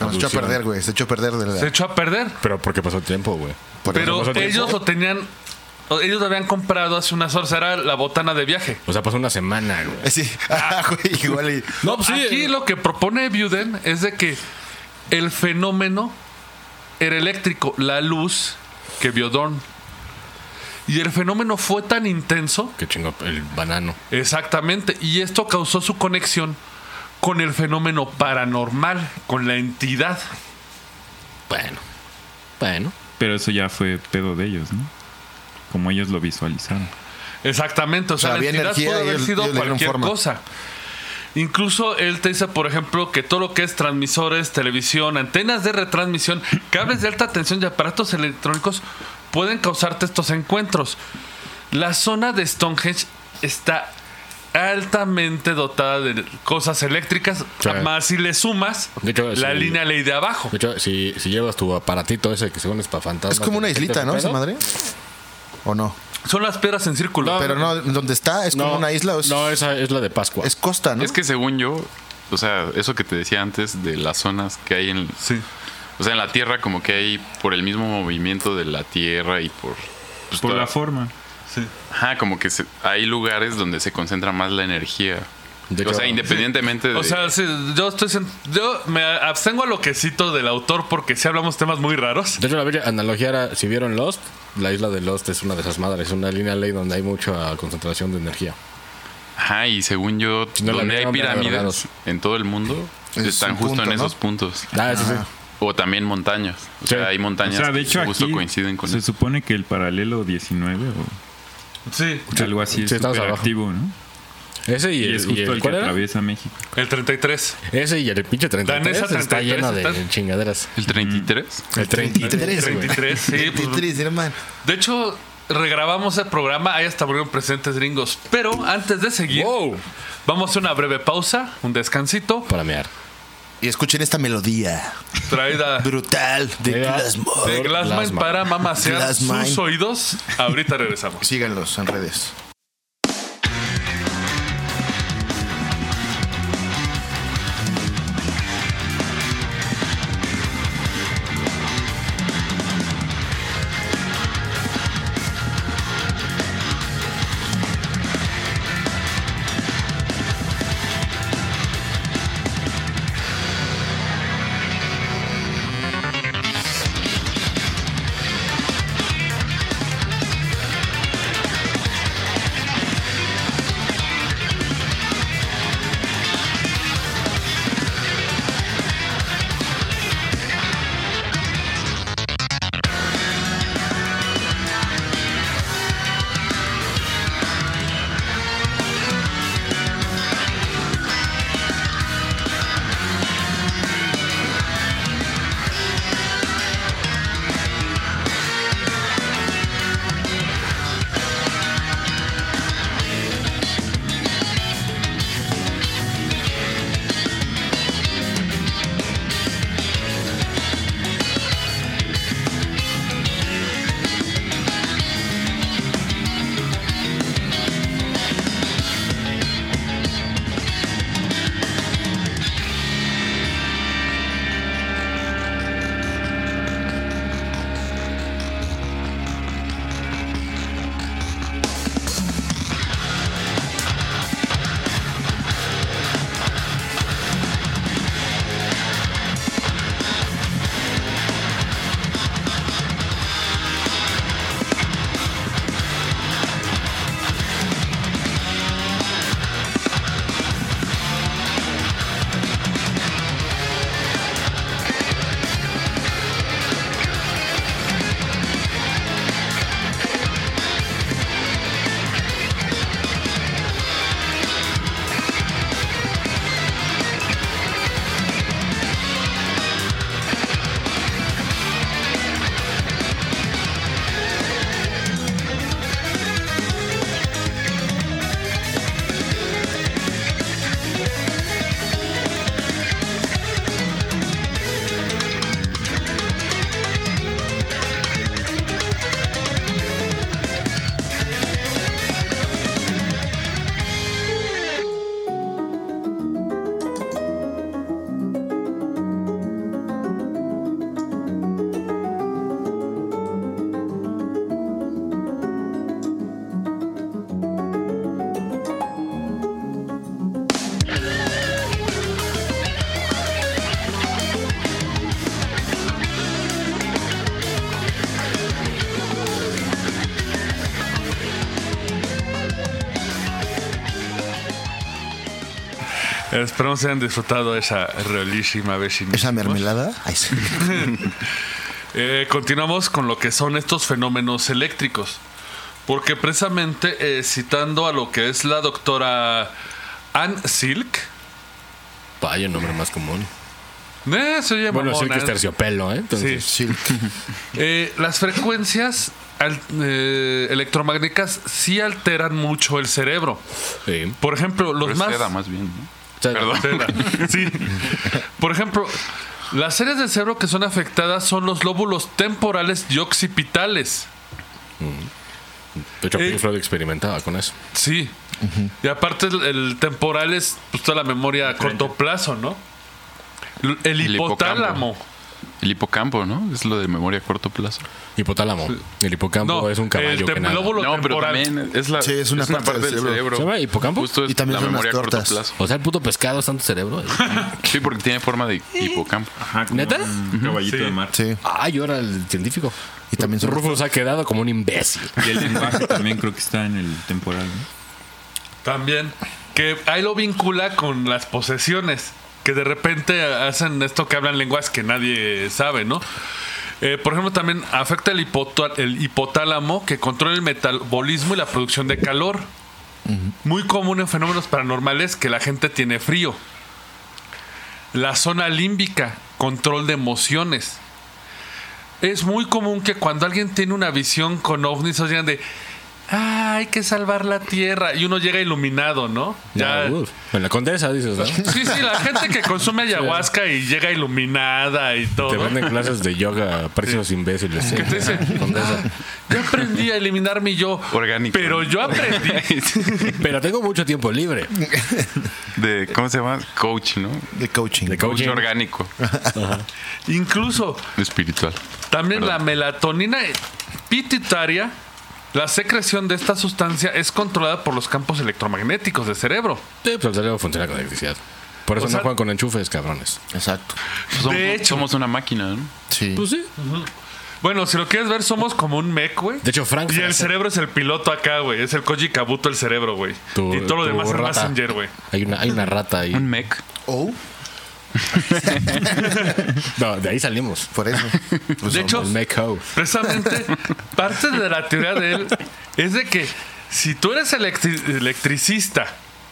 No, se echó a perder, güey. Se echó a perder de la. Se echó a perder. Pero porque pasó el tiempo, güey. por Pero eso- ellos lo tenían, ellos lo habían comprado hace unas horas, era la botana de viaje. O sea, pasó una semana, güey. Eh, <laughs> Sí, Ah, güey, igual y. No, pues sí. Aquí lo que propone Buden es de que el fenómeno era eléctrico, la luz que vio Dorn. Y el fenómeno fue tan intenso, Qué chingo, el banano. exactamente, y esto causó su conexión con el fenómeno paranormal, con la entidad. Bueno. Bueno. Pero eso ya fue pedo de ellos, ¿no? Como ellos lo visualizaron. Exactamente, o sea, sea, la había entidad energía puede y haber ellos- sido ellos le dieron cualquier forma. cosa. Incluso él te dice, por ejemplo, que todo lo que es transmisores, televisión, antenas de retransmisión, cables de alta tensión y aparatos electrónicos pueden causarte estos encuentros. La zona de Stonehenge está altamente dotada de cosas eléctricas, Sí. más si le sumas De hecho, la sí. línea ley de abajo. De hecho, si, si llevas tu aparatito ese que según es para fantasmas. Es como una islita, ¿no? Esa madre. ¿O no? Son las piedras en círculo. Pero no, donde está es como una isla o es, No, esa es la de Pascua. es costa, ¿no? Es que según yo, o sea, eso que te decía antes de las zonas que hay en, Sí. o sea, en la Tierra, como que hay por el mismo movimiento de la Tierra y por... pues, Por toda- la forma. Ajá, como que se- hay lugares donde se concentra más la energía. De o hecho- sea, independientemente de... O sea, sí, yo estoy sen- yo me abstengo a lo que cito del autor porque si hablamos temas muy raros. De hecho, la bella analogía era, si vieron Lost, la isla de Lost es una de esas madres, una línea ley donde hay mucha concentración de energía. Ajá, y según yo, Si no la donde hay vieron, vean pirámides drogados. en todo el mundo, Es están un justo punto, en ¿no? esos puntos. Ah, sí, sí. O también montañas. O sea, Sí. hay O montañas sea, de que hecho justo aquí coinciden con se eso. supone que el paralelo 19 o Sí. algo así es sí, estamos abajo. activo, ¿no? Ese y, Y el, es y el- justo el que ¿cuál era? atraviesa México. El 33. Ese y el pinche 33 Danesa está 33 lleno de está- chingaderas. ¿El 33? Pues El 33, güey. 33, sí. pues, 33, hermano. de hecho, regrabamos el programa. Ahí hasta volvieron presentes gringos. Pero antes de seguir, Wow. vamos a hacer una breve pausa, un descansito. Para mear. Y escuchen esta melodía <laughs> Traída brutal de Mira. Glasmo. de Glassman Glassman. para mamasear Glassman. sus oídos. Ahorita regresamos. Síganlos en redes. Esperamos hayan disfrutado esa realísima vecindad. Esa mermelada. Ay, sí. Eh, continuamos con lo que son estos fenómenos eléctricos. Porque precisamente eh, citando a lo que es la doctora Ann Silk. Vaya un nombre más común. Eh, se oye Bueno, sí mamona. que es terciopelo, ¿eh? Entonces, Sí. Eh, las frecuencias al- eh, electromagnéticas sí alteran mucho el cerebro. sí. Por ejemplo, los Pero es más... seda, más bien. ¿no? O sea, Perdón. Seda. <laughs> Sí. Por ejemplo, las áreas del cerebro que son afectadas son los lóbulos temporales y occipitales. De hecho, Pink Eh. Floyd experimentaba con eso. Sí. Y aparte el, el temporal es pues, toda la memoria a corto plazo, ¿no? L- El El hipotálamo. El hipocampo, ¿no? Es lo de memoria a corto plazo. Hipotálamo. El hipocampo No, es un caballo el que tem- nada. lóbulo- Lo no, pero temporal. también es la Sí, es una parte del cerebro. ¿Se llama hipocampo? Justo es Y también la son unas memoria a corto tortas. plazo. O sea, el puto pescado está en tu cerebro. Sí, porque tiene forma de hipocampo. Ajá, como ¿Neta? Un caballito de mar. Sí. Ay, yo era el científico. Y también son- Rufus ha quedado como un imbécil. <laughs> Y el lenguaje también creo que está en el temporal. ¿no? También. Que ahí lo vincula con las posesiones. Que de repente hacen esto que hablan lenguas que nadie sabe, ¿no? Eh, por ejemplo, también afecta el, hipoto- el hipotálamo que controla el metabolismo y la producción de calor. Muy común en fenómenos paranormales que la gente tiene frío. La zona límbica, control de emociones. Es muy común que cuando alguien tiene una visión con ovnis, se llegan de, "Ah, hay que salvar la Tierra. Y uno llega iluminado, ¿no? Ya- Ya, uf. Ah, En la condesa dices, ¿no? <laughs> Sí, sí, la gente que <laughs> consume ayahuasca y llega iluminada y todo. Te venden clases de yoga a precios <laughs> imbéciles. sí. ¿Qué te dice? Condesa. Yo aprendí a eliminar mi yo. Orgánico. Pero yo aprendí. <laughs> Pero tengo mucho tiempo libre. De, ¿Cómo se llama? Coach, ¿no? De coaching. De Coach coaching. orgánico, Ah. Incluso espiritual. también Perdón. la melatonina pituitaria, la secreción de esta sustancia es controlada por los campos electromagnéticos del cerebro. Sí, pues el cerebro funciona con electricidad. Por eso O no sea- juegan con enchufes, cabrones. Exacto. Somos, hecho. somos una máquina, ¿no? Sí. Pues sí. Bueno, si lo quieres ver, somos como un mec, güey. De hecho, Frank. Y el Fraser- cerebro es el piloto acá, güey. Es el Koji Kabuto el cerebro, güey. Tu- Y todo lo tu demás es rata. Messenger, güey. Hay una, hay una rata ahí. Un mech. Oh, No, de ahí salimos. por eso. Pues De hecho, El Meco. precisamente parte de la teoría de él es de que si tú eres electri- electricista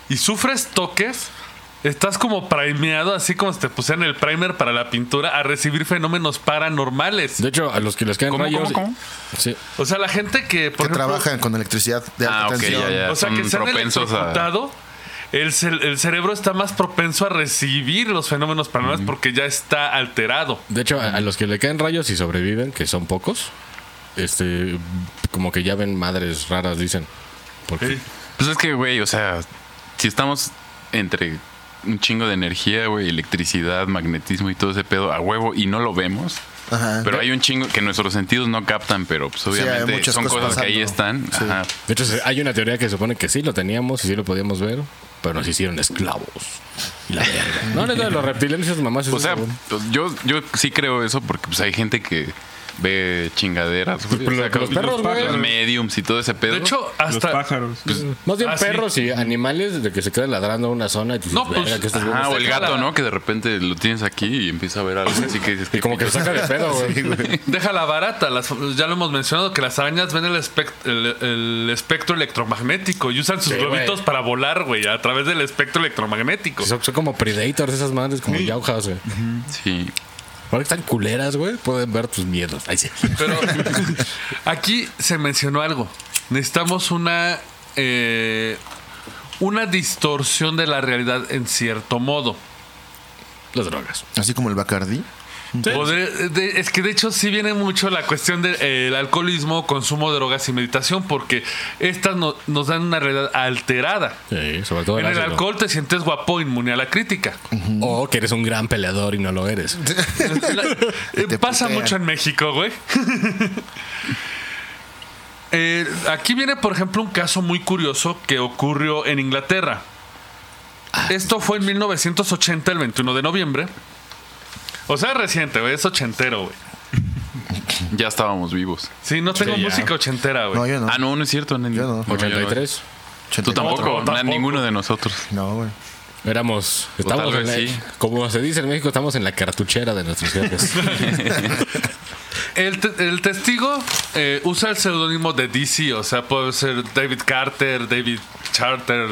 y sufres toques, estás como primeado, así como si te pusieran el primer para la pintura, a recibir fenómenos paranormales. De hecho, a los que les quedan ¿Cómo, rayos. cómo, cómo? Sí. O sea, la gente que, que por ejemplo, trabajan con electricidad de alta Ah, ok, tensión. ya, ya. o sea, que Son se han propensos a- electrocutado, el, cel- el cerebro está más propenso a recibir los fenómenos paranormales porque ya está alterado. De hecho, a, a los que le caen rayos y sobreviven, que son pocos, este, como que ya ven madres raras, dicen. Porque Sí. Pues es que, güey, o sea, si estamos entre un chingo de energía, güey, electricidad, magnetismo y todo ese pedo a huevo y no lo vemos. Ajá. Pero hay un chingo que nuestros sentidos no captan, pero pues hay obviamente muchas son cosas cosas que ahí pasando. están. Sí. Ajá. De hecho, se- hay una teoría que supone que sí lo teníamos y sí lo podíamos ver, pero nos hicieron esclavos. Y la verga. <laughs> No, no, no, los reptilianos y sus mamás. eso O sea, es- pues, yo, yo sí creo eso porque pues hay gente que ve chingaderas, güey. O Pero sea, los como- perros, güey. los mediums y todo ese pedo. De hecho, Los hasta... pájaros. más bien ah, sí. perros y animales de que se quedan ladrando a una zona y tú dices, No, pues, "Verga, que estos Ajá, güeyes o el están-". gato, ¿no? Que de repente lo tienes aquí y empieza a ver algo así que dices Y como que lo saca de <laughs> pedo, güey. Deja la barata, las- ya lo hemos mencionado que las arañas ven el, espect- el- el espectro electromagnético y usan sus Sí, globitos güey. para volar, güey, a través del espectro electromagnético. son, son como predators esas madres, como yaujas, güey. Sí. Ahora que están culeras, güey, pueden ver tus miedos. Ahí sí. Pero aquí se mencionó algo. Necesitamos una eh, una distorsión de la realidad en cierto modo. Las drogas. Así como el Bacardi. Poder- de- es que de hecho sí viene mucho la cuestión del alcoholismo, consumo de drogas y meditación, porque estas no- nos dan una realidad alterada. Sí, sobre todo En el ácido. alcohol te sientes guapo, inmune a la <laughs> crítica. O que eres un gran peleador y no lo eres. La- eh, te pasa putean. mucho en México, güey. <laughs> Eh, aquí viene, por ejemplo, un caso muy curioso que ocurrió en Inglaterra. Ah, Esto fue en 1980, el 21 de noviembre. O sea, reciente, güey. Es ochentero, güey. Ya estábamos vivos. Sí, no tengo ya. música ochentera, güey. No, yo no. Ah, no, no es cierto. no, Yo no. no, yo no. 83. Tú 83. tampoco, No, na- tampoco. ninguno de nosotros. No, güey. Éramos, estamos tal vez en la- sí. como se dice en México, estamos en la cartuchera de nuestros <laughs> jefes. El, te- el testigo eh, usa el seudónimo de DC, o sea, puede ser David Carter, David Charter,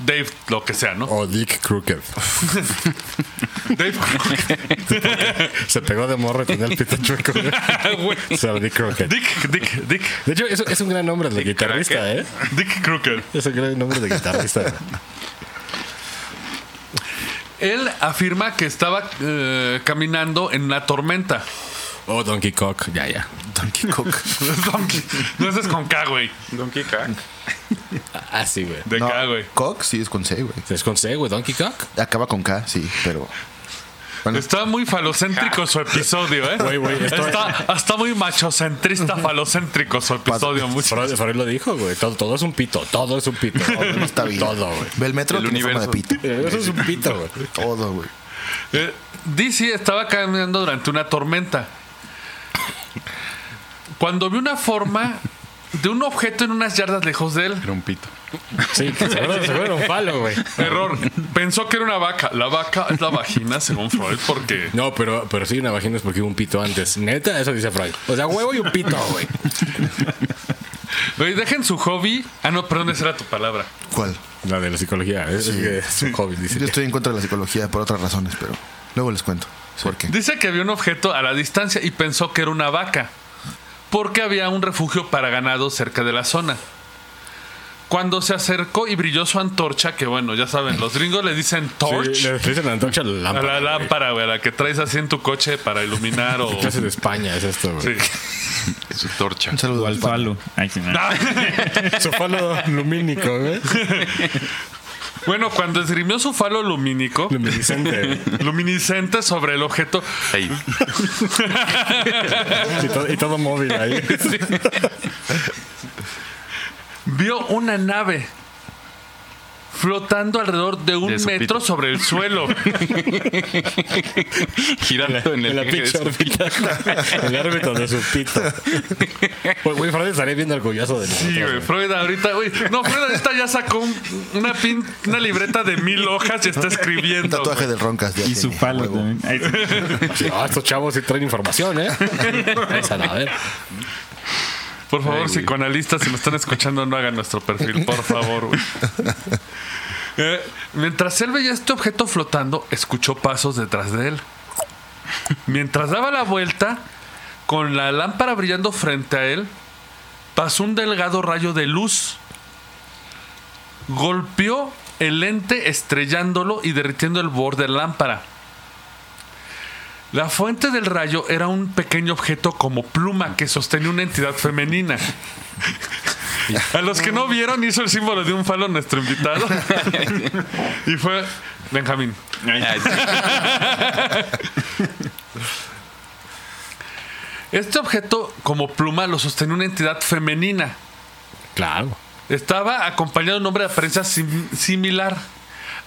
Dave, lo que sea, ¿no? o Dick Crooked. <laughs> Dave Se pegó de morro y tenía el pito <laughs> chueco. Ah, Güey. o sea, Dick Crooked. Dick, Dick, Dick, De hecho, eso es un gran nombre de Dick guitarrista, Crooked. ¿eh? Dick Crooked. Es un gran nombre de guitarrista. Él afirma que estaba eh, caminando en una tormenta. <laughs> <laughs> o Donkey Cock, ya, ya. Donkey Cook. no ese es con K, güey. Donkey Kong. Ah, sí, güey. De No, K, güey. Cook sí es con C, güey. ¿Es con C, güey? ¿Donkey Cock? Acaba con K, sí, pero. Bueno, Está muy falocéntrico su episodio, ¿eh? Güey, güey, esto- está, está muy machocentrista falocéntrico su episodio. Mucho. Freud, Freud lo dijo, güey. Todo, todo es un pito. Todo es un pito. no está bien. Todo, güey. Ve el metro, El tiene forma de universo. pito. Eso es un pito, güey. Todo, güey. Eh, DC estaba caminando durante una tormenta. Cuando vio una forma de un objeto en unas yardas lejos de él. Era un pito. Sí, seguro, seguro era un palo, güey. Error. Pensó que era una vaca. La vaca es la vagina, según Freud, porque No, pero, pero sí, una vagina es porque hubo un pito antes. Neta, eso dice Freud. O sea, huevo y un pito, güey. Güey, dejen su hobby. Ah, no, perdón, esa era tu palabra. ¿Cuál? La de la psicología. ¿eh? Es, es que es un hobby, dice. Yo estoy en contra de la psicología por otras razones, pero luego les cuento. ¿Por qué? Dice que vio un objeto a la distancia y pensó que era una vaca, porque había un refugio para ganado cerca de la zona. Cuando se acercó y brilló su antorcha, que bueno, ya saben, los gringos le dicen torch Sí, le dicen la antorcha a la a lámpara. la lámpara, güey, a la que traes así en tu coche para iluminar o... <laughs> güey. Clase de España es esto, güey. Sí. Es su <laughs> torcha. Un saludo O al al Pablo. falo. Ay, sí, no. Su falo lumínico, güey. Bueno, cuando esgrimió su falo lumínico, Luminiscente. güey. luminiscente sobre el objeto, Ahí. Y, to- y todo móvil ahí. vio una nave flotando alrededor de un De su metro pito. sobre el <laughs> suelo. Girando en el En la eje de pinche su- órbita. güey. <laughs> El árbitro de su pito. Güey, Güey, Freud estaría bien orgulloso de nosotros, Sí, güey, güey. Freud ahorita, güey. No, Freud ahorita ya sacó un- una, pin- una libreta de mil hojas y está Un escribiendo. tatuaje del Roncas. ya Y su tiene, palo huevo. también. Ay, sí. Sí, ah, estos chavos sí traen información, ¿eh? Esa, a ver. güey. Por favor, Ay, güey. psicoanalistas, si me están escuchando, no hagan nuestro perfil, por favor, <laughs> güey. Eh, mientras él veía este objeto flotando, escuchó pasos detrás de él. Mientras daba la vuelta, con la lámpara brillando frente a él, pasó un delgado rayo de luz. Golpeó el lente estrellándolo y derritiendo el borde de la lámpara. La fuente del rayo era un pequeño objeto como pluma que sostenía una entidad <laughs> femenina. A los que no vieron hizo el símbolo de un falo nuestro <laughs> invitado. y fue Benjamín. Ay, Ah, sí. Este objeto como pluma lo sostenía una entidad femenina. Claro. Estaba acompañado de un hombre de apariencia sim- similar.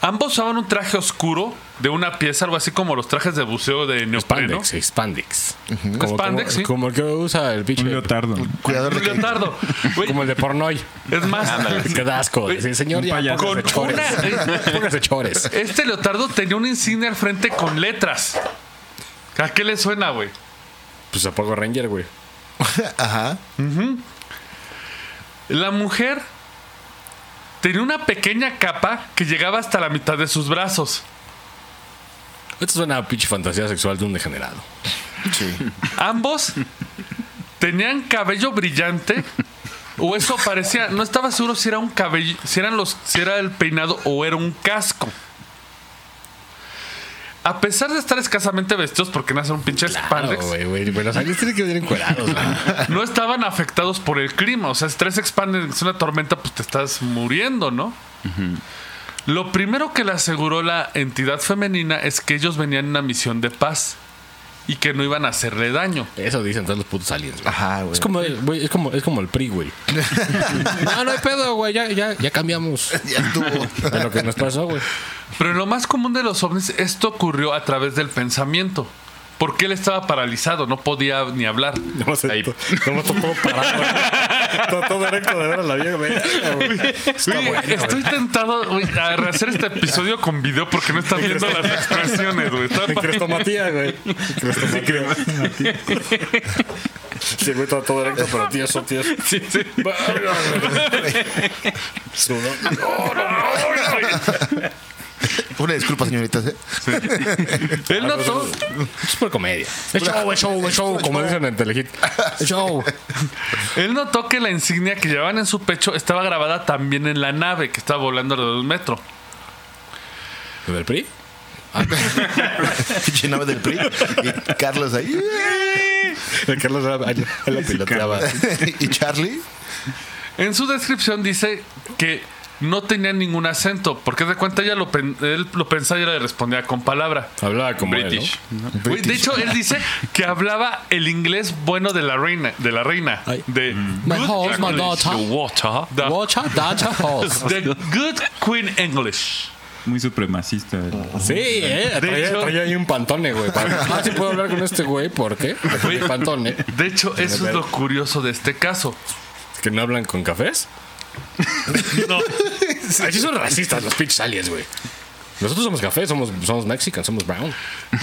Ambos usaban un traje oscuro de una pieza, algo así como los trajes de buceo de neopreno. Spandex, sí, Spandex. Como, Spandex, como- sí. como el que usa el pinche. Un leotardo. Cuidador Un de que leotardo. Güey, <laughs> Como el de Pornoy. Es <laughs> más, Qué asco. Sí, señor, Un ya, payaso. póngase Con chores. una- Póngase chores. este leotardo tenía una insignia al frente con letras. ¿A qué le suena, güey? Pues a poco Ranger, güey. Ajá. La mujer tenía una pequeña capa que llegaba hasta la mitad de sus brazos. Esto es una pinche fantasía sexual de un degenerado. Sí. Ambos tenían cabello brillante. O eso parecía, no estaba seguro si era un cabello, si eran los, si era el peinado o era un casco. A pesar de estar escasamente vestidos porque nacen un pinche Claro, spandex, güey, güey. Bueno, o sea, ellos tienen que venir encuerados, güey. no estaban afectados por el clima. O sea, si tres expandes una tormenta, pues te estás muriendo, ¿no? Lo primero que le aseguró la entidad femenina es que ellos venían en una misión de paz y que no iban a hacerle daño. Eso dicen todos los putos aliens, güey. Ajá, güey. Es como, el, güey, es, como, es como el PRI, güey. <laughs> No, no hay pedo, güey. Ya, ya, ya cambiamos <laughs> Ya estuvo. de lo que nos pasó, güey. Pero lo más común de los ovnis, esto ocurrió a través del pensamiento. Porque él estaba paralizado, no podía ni hablar. Nomás Ahí. nomás todo parado, güey. todo, todo erecto de ver a la vieja. verga, güey. Oye, estoy tentado güey, a rehacer este episodio con video porque no están viendo las expresiones, güey. Está En pa- crestomatía, güey. En crestomatía. Sí, güey, todo, todo erecto, pero tieso, tieso. Sí, sí. Verga, güey. Sudor. Una disculpa, señoritas. ¿eh? Él notó, Es por comedia. Es show, es show, es show, como dicen en Telehit. Es show. él notó que la insignia que llevaban en su pecho estaba grabada también en la nave que estaba volando alrededor del metro. ¿Lo del PRI? Ah. Pinche nave del PRI. Y Carlos ahí. El <laughs> Carlos era- él- él lo piloteaba. y Charlie. En su descripción dice que no tenía ningún acento, porque de cuenta ella lo, pen- él lo pensaba y ella le respondía con palabra. Hablaba como British. él, Güey, de hecho, él dice que hablaba el inglés bueno de la reina, de la reina, Ay. Mm. de My good horse, my English, daughter. the water, the- ¿no? Watcha, dacha, <laughs> hoss. the good Queen English. <laughs> Muy supremacista. el- Sí, eh. Traía, hecho- traía ahí un pantone, güey. para- Ah, sí puedo hablar con este güey, ¿por qué? Porque tiene pantone. De hecho, eso es lo curioso de este caso. ¿Que no hablan con cafés? No, Así son racistas los pitch aliens, güey. Nosotros somos café, somos, somos mexicanos, somos brown.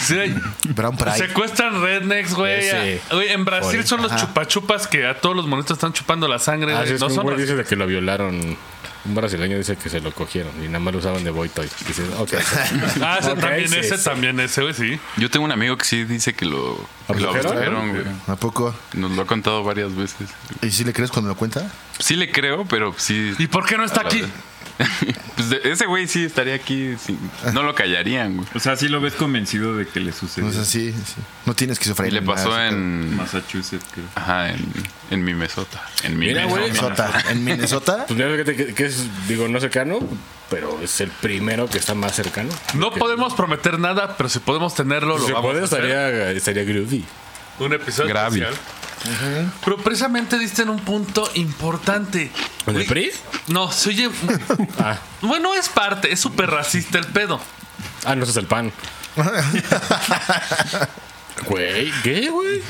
sí, Brown Pride. secuestran rednecks, güey. Ese. Güey, En Brasil Joder. son los Ajá. chupachupas que a todos los monitos están chupando la sangre. Ah, güey. sí, es no que un son güey racistas. dice de que lo violaron. Un brasileño dice que se lo cogieron y nada más lo usaban de boy toy. Dices, <laughs> ok. Pues Ah, ese Ok, también, sí, ese sí. también, ese, güey, sí. Yo tengo un amigo que sí dice que lo, que lo ¿Abdujeron? abdujeron, güey. ¿A poco? Nos lo ha contado varias veces. ¿Y si le crees cuando lo cuenta? Sí le creo, pero sí. ¿Y por qué no está Ah, la aquí? verdad. <laughs> Pues de- ese güey sí estaría aquí. sin- no lo callarían, güey. O sea, sí lo ves convencido de que le sucedió. No Pues es así. sí. No tienes que Y sufrir. le pasó en en. Massachusetts, creo. Ajá, en, en mi mesota. En mi Mira, güey. mesota. Minnesota. En Minnesota. Pues mira, fíjate que, que es, digo, no cercano, pero es el primero que está más cercano. No podemos prometer nada, pero si podemos tenerlo, lo Si se vamos puede, a hacer. estaría, estaría groovy. Un episodio Grave. especial. Pero precisamente diste en un punto importante. ¿En el Güey, PRI? No, se oye. Ah. Bueno, es parte, es súper racista el pedo. Ah, no, ese es <laughs> el pan. Güey, ¿qué, güey?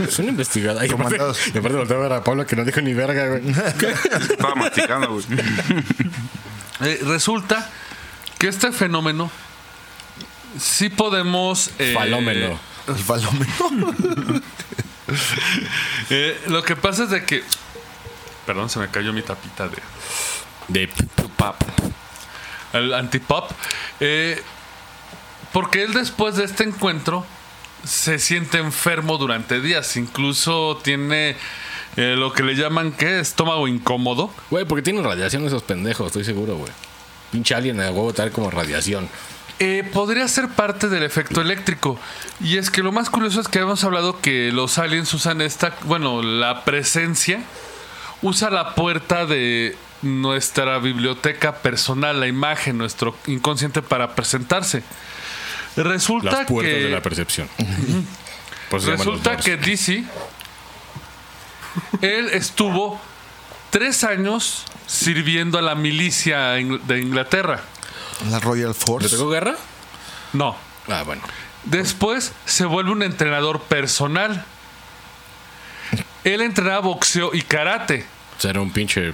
Es una investigada. Y aparte, Comandados. y aparte volteaba a ver a Pablo que no dijo ni verga, güey. Estaba masticando, güey. Eh, resulta que este fenómeno sí podemos. eh, Falómeno. El palomero. eh, lo que pasa es de que. Perdón, se me cayó mi tapita de. De pop. El antipop. Eh, porque él después de este encuentro se siente enfermo durante días. Incluso tiene eh, lo que le llaman que estómago incómodo. Güey, porque tienen radiación esos pendejos, estoy seguro, güey. Pinche alien a huevo tal como radiación. Eh, podría ser parte del efecto eléctrico. Y es que lo más curioso es que hemos hablado que los aliens usan esta, bueno, la presencia usa la puerta de nuestra biblioteca personal, la imagen, nuestro inconsciente para presentarse. Resulta Las puertas que de la percepción. Por eso se llaman los resulta doors. que DC él estuvo tres años sirviendo a la milicia ing- de Inglaterra. La Royal ¿Le Force. tocó guerra? No, Ah, bueno. Después se vuelve un entrenador personal. Él entrenaba boxeo y karate. Será un pinche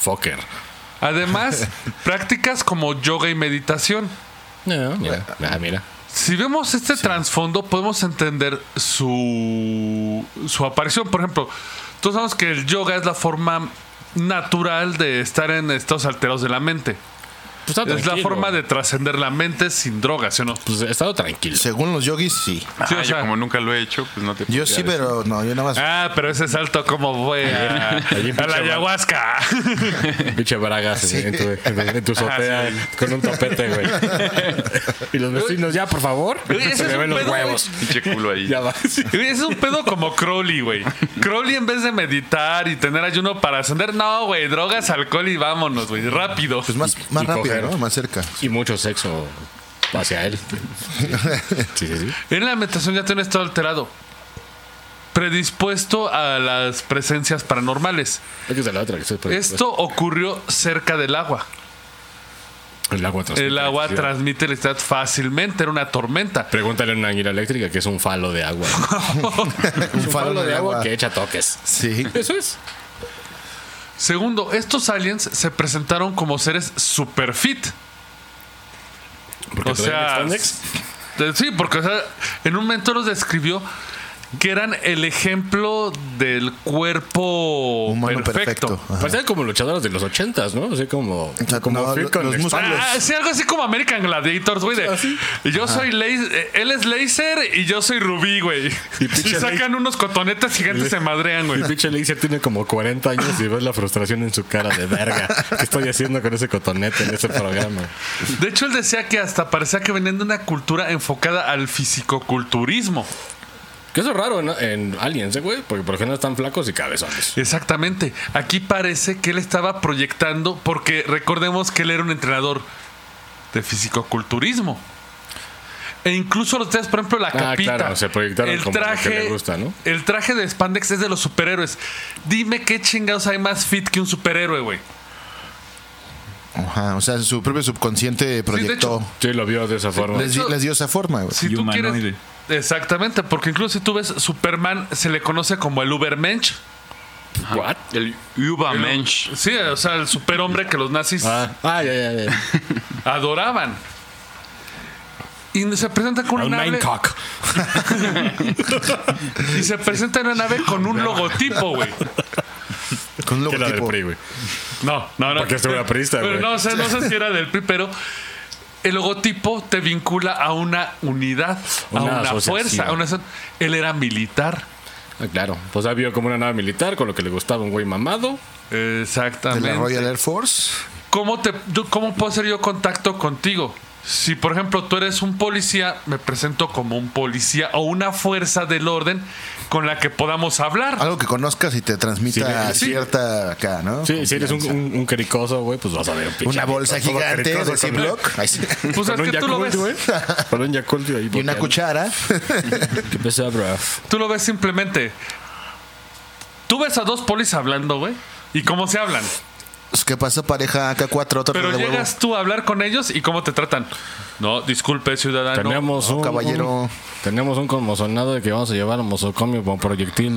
fucker. <laughs> Además, prácticas como yoga y meditación. No, mira. Ah, mira. Si vemos este trasfondo, podemos entender su, su aparición. Por ejemplo, todos sabemos que el yoga es la forma natural de estar en estados alterados de la mente. Pues está Es la tranquilo. forma de trascender la mente sin drogas, ¿sí o no? Pues he estado tranquilo. Según los yogis, sí. Sí, Ah, o yo sea. como nunca lo he hecho, pues no te podría Yo sí, decir. pero no, yo nada más. Ah, pero ese salto como fue Ah, a, a la ayahuasca. Pinche bragas en, tu, en tu azotea con un tapete, güey. y los vecinos, ya, por favor. Güey, ese se es me un ven los pedo, güey. huevos. Pinche culo <laughs> ahí. Ya va. Güey, Es un pedo como Crowley, güey. Crowley en vez de meditar y tener ayuno para ascender, no, güey, drogas, alcohol y vámonos, güey, rápido. Pues más, más y rápido, coger. ¿no? Más <laughs> cerca. Y mucho sexo hacia él. Sí, sí, sí. En la meditación ya tiene un estado alterado, predispuesto a las presencias paranormales. Hay que usar la otra. Que estoy por- Esto ocurrió cerca del agua. El agua transmite El agua electricidad. transmite electricidad fácilmente, era una tormenta. Pregúntale a una anguila eléctrica que es un falo de agua. <laughs> Un falo de agua. que echa toques. Sí. Eso es. Segundo, estos aliens se presentaron como seres super fit. Porque o traen sea, Spandex. de- sí, porque o sea, en un momento los describió que eran el ejemplo del cuerpo Humano perfecto. perfecto. Ajá. Parecían como luchadoras de los ochentas, ¿no? Así como. sea, como no, Phil lo- con los Spandex. músculos. Ah, sí, algo así como American Gladiators, güey. de, Yo soy laser, eh, él es laser y yo soy rubí, güey. Y <laughs> Y, pinche sacan unos cotonetes gigantes se madrean, güey. El pinche Laser tiene como 40 años y ves la frustración en su cara de verga. ¿Qué estoy haciendo con ese cotonete en ese programa? De hecho, él decía que hasta parecía que venían de una cultura enfocada al fisicoculturismo. Que eso es raro en, en Aliens, ¿eh, güey. Porque por ejemplo están flacos y cabezones. Exactamente. Aquí parece que él estaba proyectando, porque recordemos que él era un entrenador de fisicoculturismo. E incluso los tres, por ejemplo, la capita. Ah, claro, se proyectaron como lo que le gusta, ¿no? El traje de Spandex es de los superhéroes. Dime qué chingados hay más fit que un superhéroe, güey. Ajá, o sea, su propio subconsciente proyectó. hecho, Sí, lo vio de esa forma. les, di- les dio esa forma, güey. Si Y tú humanoide. quieres. Exactamente, porque incluso si tú ves Superman, se le conoce como el Ubermensch. ¿What? El Übermensch. Sí, o sea, el superhombre que los nazis Ah, ah, ya, ya, ya. adoraban. Y se presenta con Un una nave. Mindcock. Y se presenta en una nave con un logotipo, güey. Con un Que era del logotipo. PRI, güey. No, no, no. Porque este era priista, Pero güey. No, o sea, no sé si era del PRI, pero el logotipo te vincula a una unidad, a Una una asociación. fuerza. a una aso- Él era militar. Ah, claro. Pues ya vio como una nave militar con lo que le gustaba un güey mamado. De Exactamente. la Royal Air Force. ¿Cómo, te, yo- ¿Cómo puedo hacer yo contacto contigo? Si, por ejemplo, tú eres un policía, me presento como un policía o una fuerza del orden con la que podamos hablar. Algo que conozcas y te transmita Sí, sí. cierta acá, ¿no? Sí, si eres un, Confianza. un, un cricoso, güey, pues vas a ver un pinche Una bolsa cricoso, gigante cricoso de con- Ziploc. Ay, sí. Pues es Con un que tú lo Yakult, ves. güey. Con un Yakult ahí. Y una boteando. cuchara. ¿Qué pasa, bro? Tú lo ves simplemente. Tú ves a dos polis hablando, güey. ¿Y cómo se hablan? Pues, ¿Qué pasa, pareja AK4? Otra Pero de huevo. llegas tú a hablar con ellos y cómo te tratan. No, disculpe, ciudadano. Tenemos un, caballero. un- tenemos un conmocionado de que vamos a llevar a Mosocomio con proyectil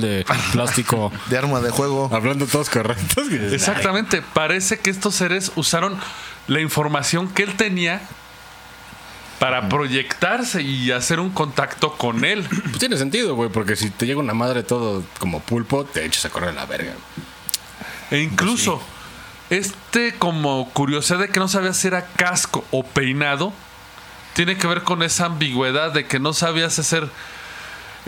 <laughs> de plástico. De arma de juego. Hablando todos correctos. que dices, Exactamente. Parece que estos seres usaron la información que él tenía para proyectarse y hacer un contacto con él. "Ay, pues tiene sentido, güey, porque si te llega una madre todo como pulpo, te echas a correr a la verga. E incluso, Pues este como curiosidad de que no sabía si era casco o peinado, tiene que ver con esa ambigüedad de que no sabías si ser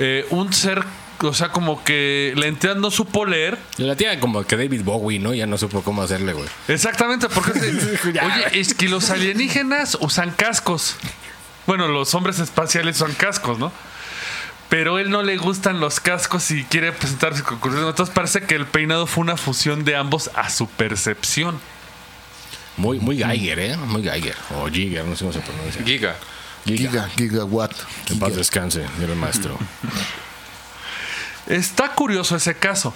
eh, un ser, o sea, como que la entidad no supo leer. Y La tía como que David Bowie, ¿no? Ya no supo cómo hacerle, güey. Exactamente, porque <laughs> es de, Ya. oye, es que los alienígenas usan cascos. Bueno, los hombres espaciales usan cascos, ¿no? Pero él no le gustan los cascos y quiere presentarse con curiosidad. Entonces parece que el peinado fue una fusión de ambos a su percepción. Muy, muy Geiger, ¿eh? Muy Geiger. O Giger, no sé cómo se pronuncia. Giga. Giga. Giga, gigawatt. En paz Giga. descanse, era el maestro. Está curioso ese caso.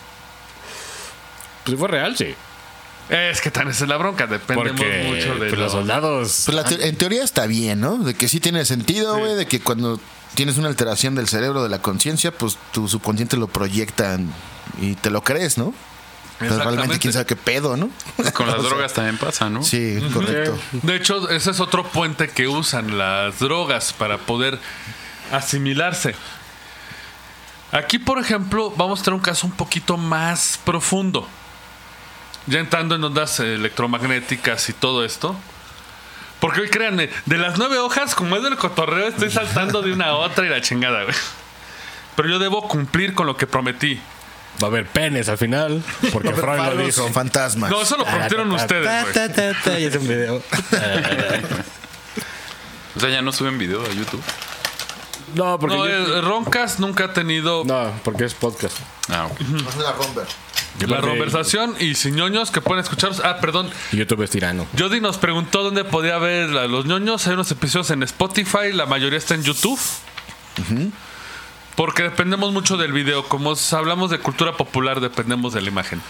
Pues si fue real, sí. Es que tan esa es la bronca, dependemos Porque mucho de pues, los lo- soldados. Pues la te- en teoría está bien, ¿no? De que sí tiene sentido, güey, de que cuando tienes una alteración del cerebro, de la conciencia, pues tu subconsciente lo proyectan y te lo crees, ¿no? Pero realmente Exactamente. quién sabe qué pedo, ¿no? Pues Con las <laughs> O sea, drogas también pasa, ¿no? Sí, correcto. De hecho, ese es otro puente que usan las drogas para poder asimilarse. Aquí, por ejemplo, vamos a tener un caso un poquito más profundo. Ya entrando en ondas electromagnéticas y todo esto. Porque hoy créanme, de las nueve hojas, como es del cotorreo, estoy saltando de una a otra y la chingada, güey. Pero yo debo cumplir con lo que prometí. Va a haber penes al final. <laughs> Porque Frank lo dijo. Ah, Son fantasmas. No, eso lo prometieron Ta, ta, ta, ustedes, güey. ta, ta, ta, Y es un video. O sea, ya no suben video a YouTube. <laughs> No, porque. No, yo- eh, Roncas nunca ha tenido no, porque es podcast. Ah, ok. Es una romper. la Aparte, conversación y sin ñoños que pueden escucharlos. Ah, perdón. YouTube es tirano. Jody nos preguntó dónde podía ver a los ñoños. Hay unos episodios en Spotify, la mayoría está en YouTube. Porque dependemos mucho del video. Como s- hablamos de cultura popular, dependemos de la imagen.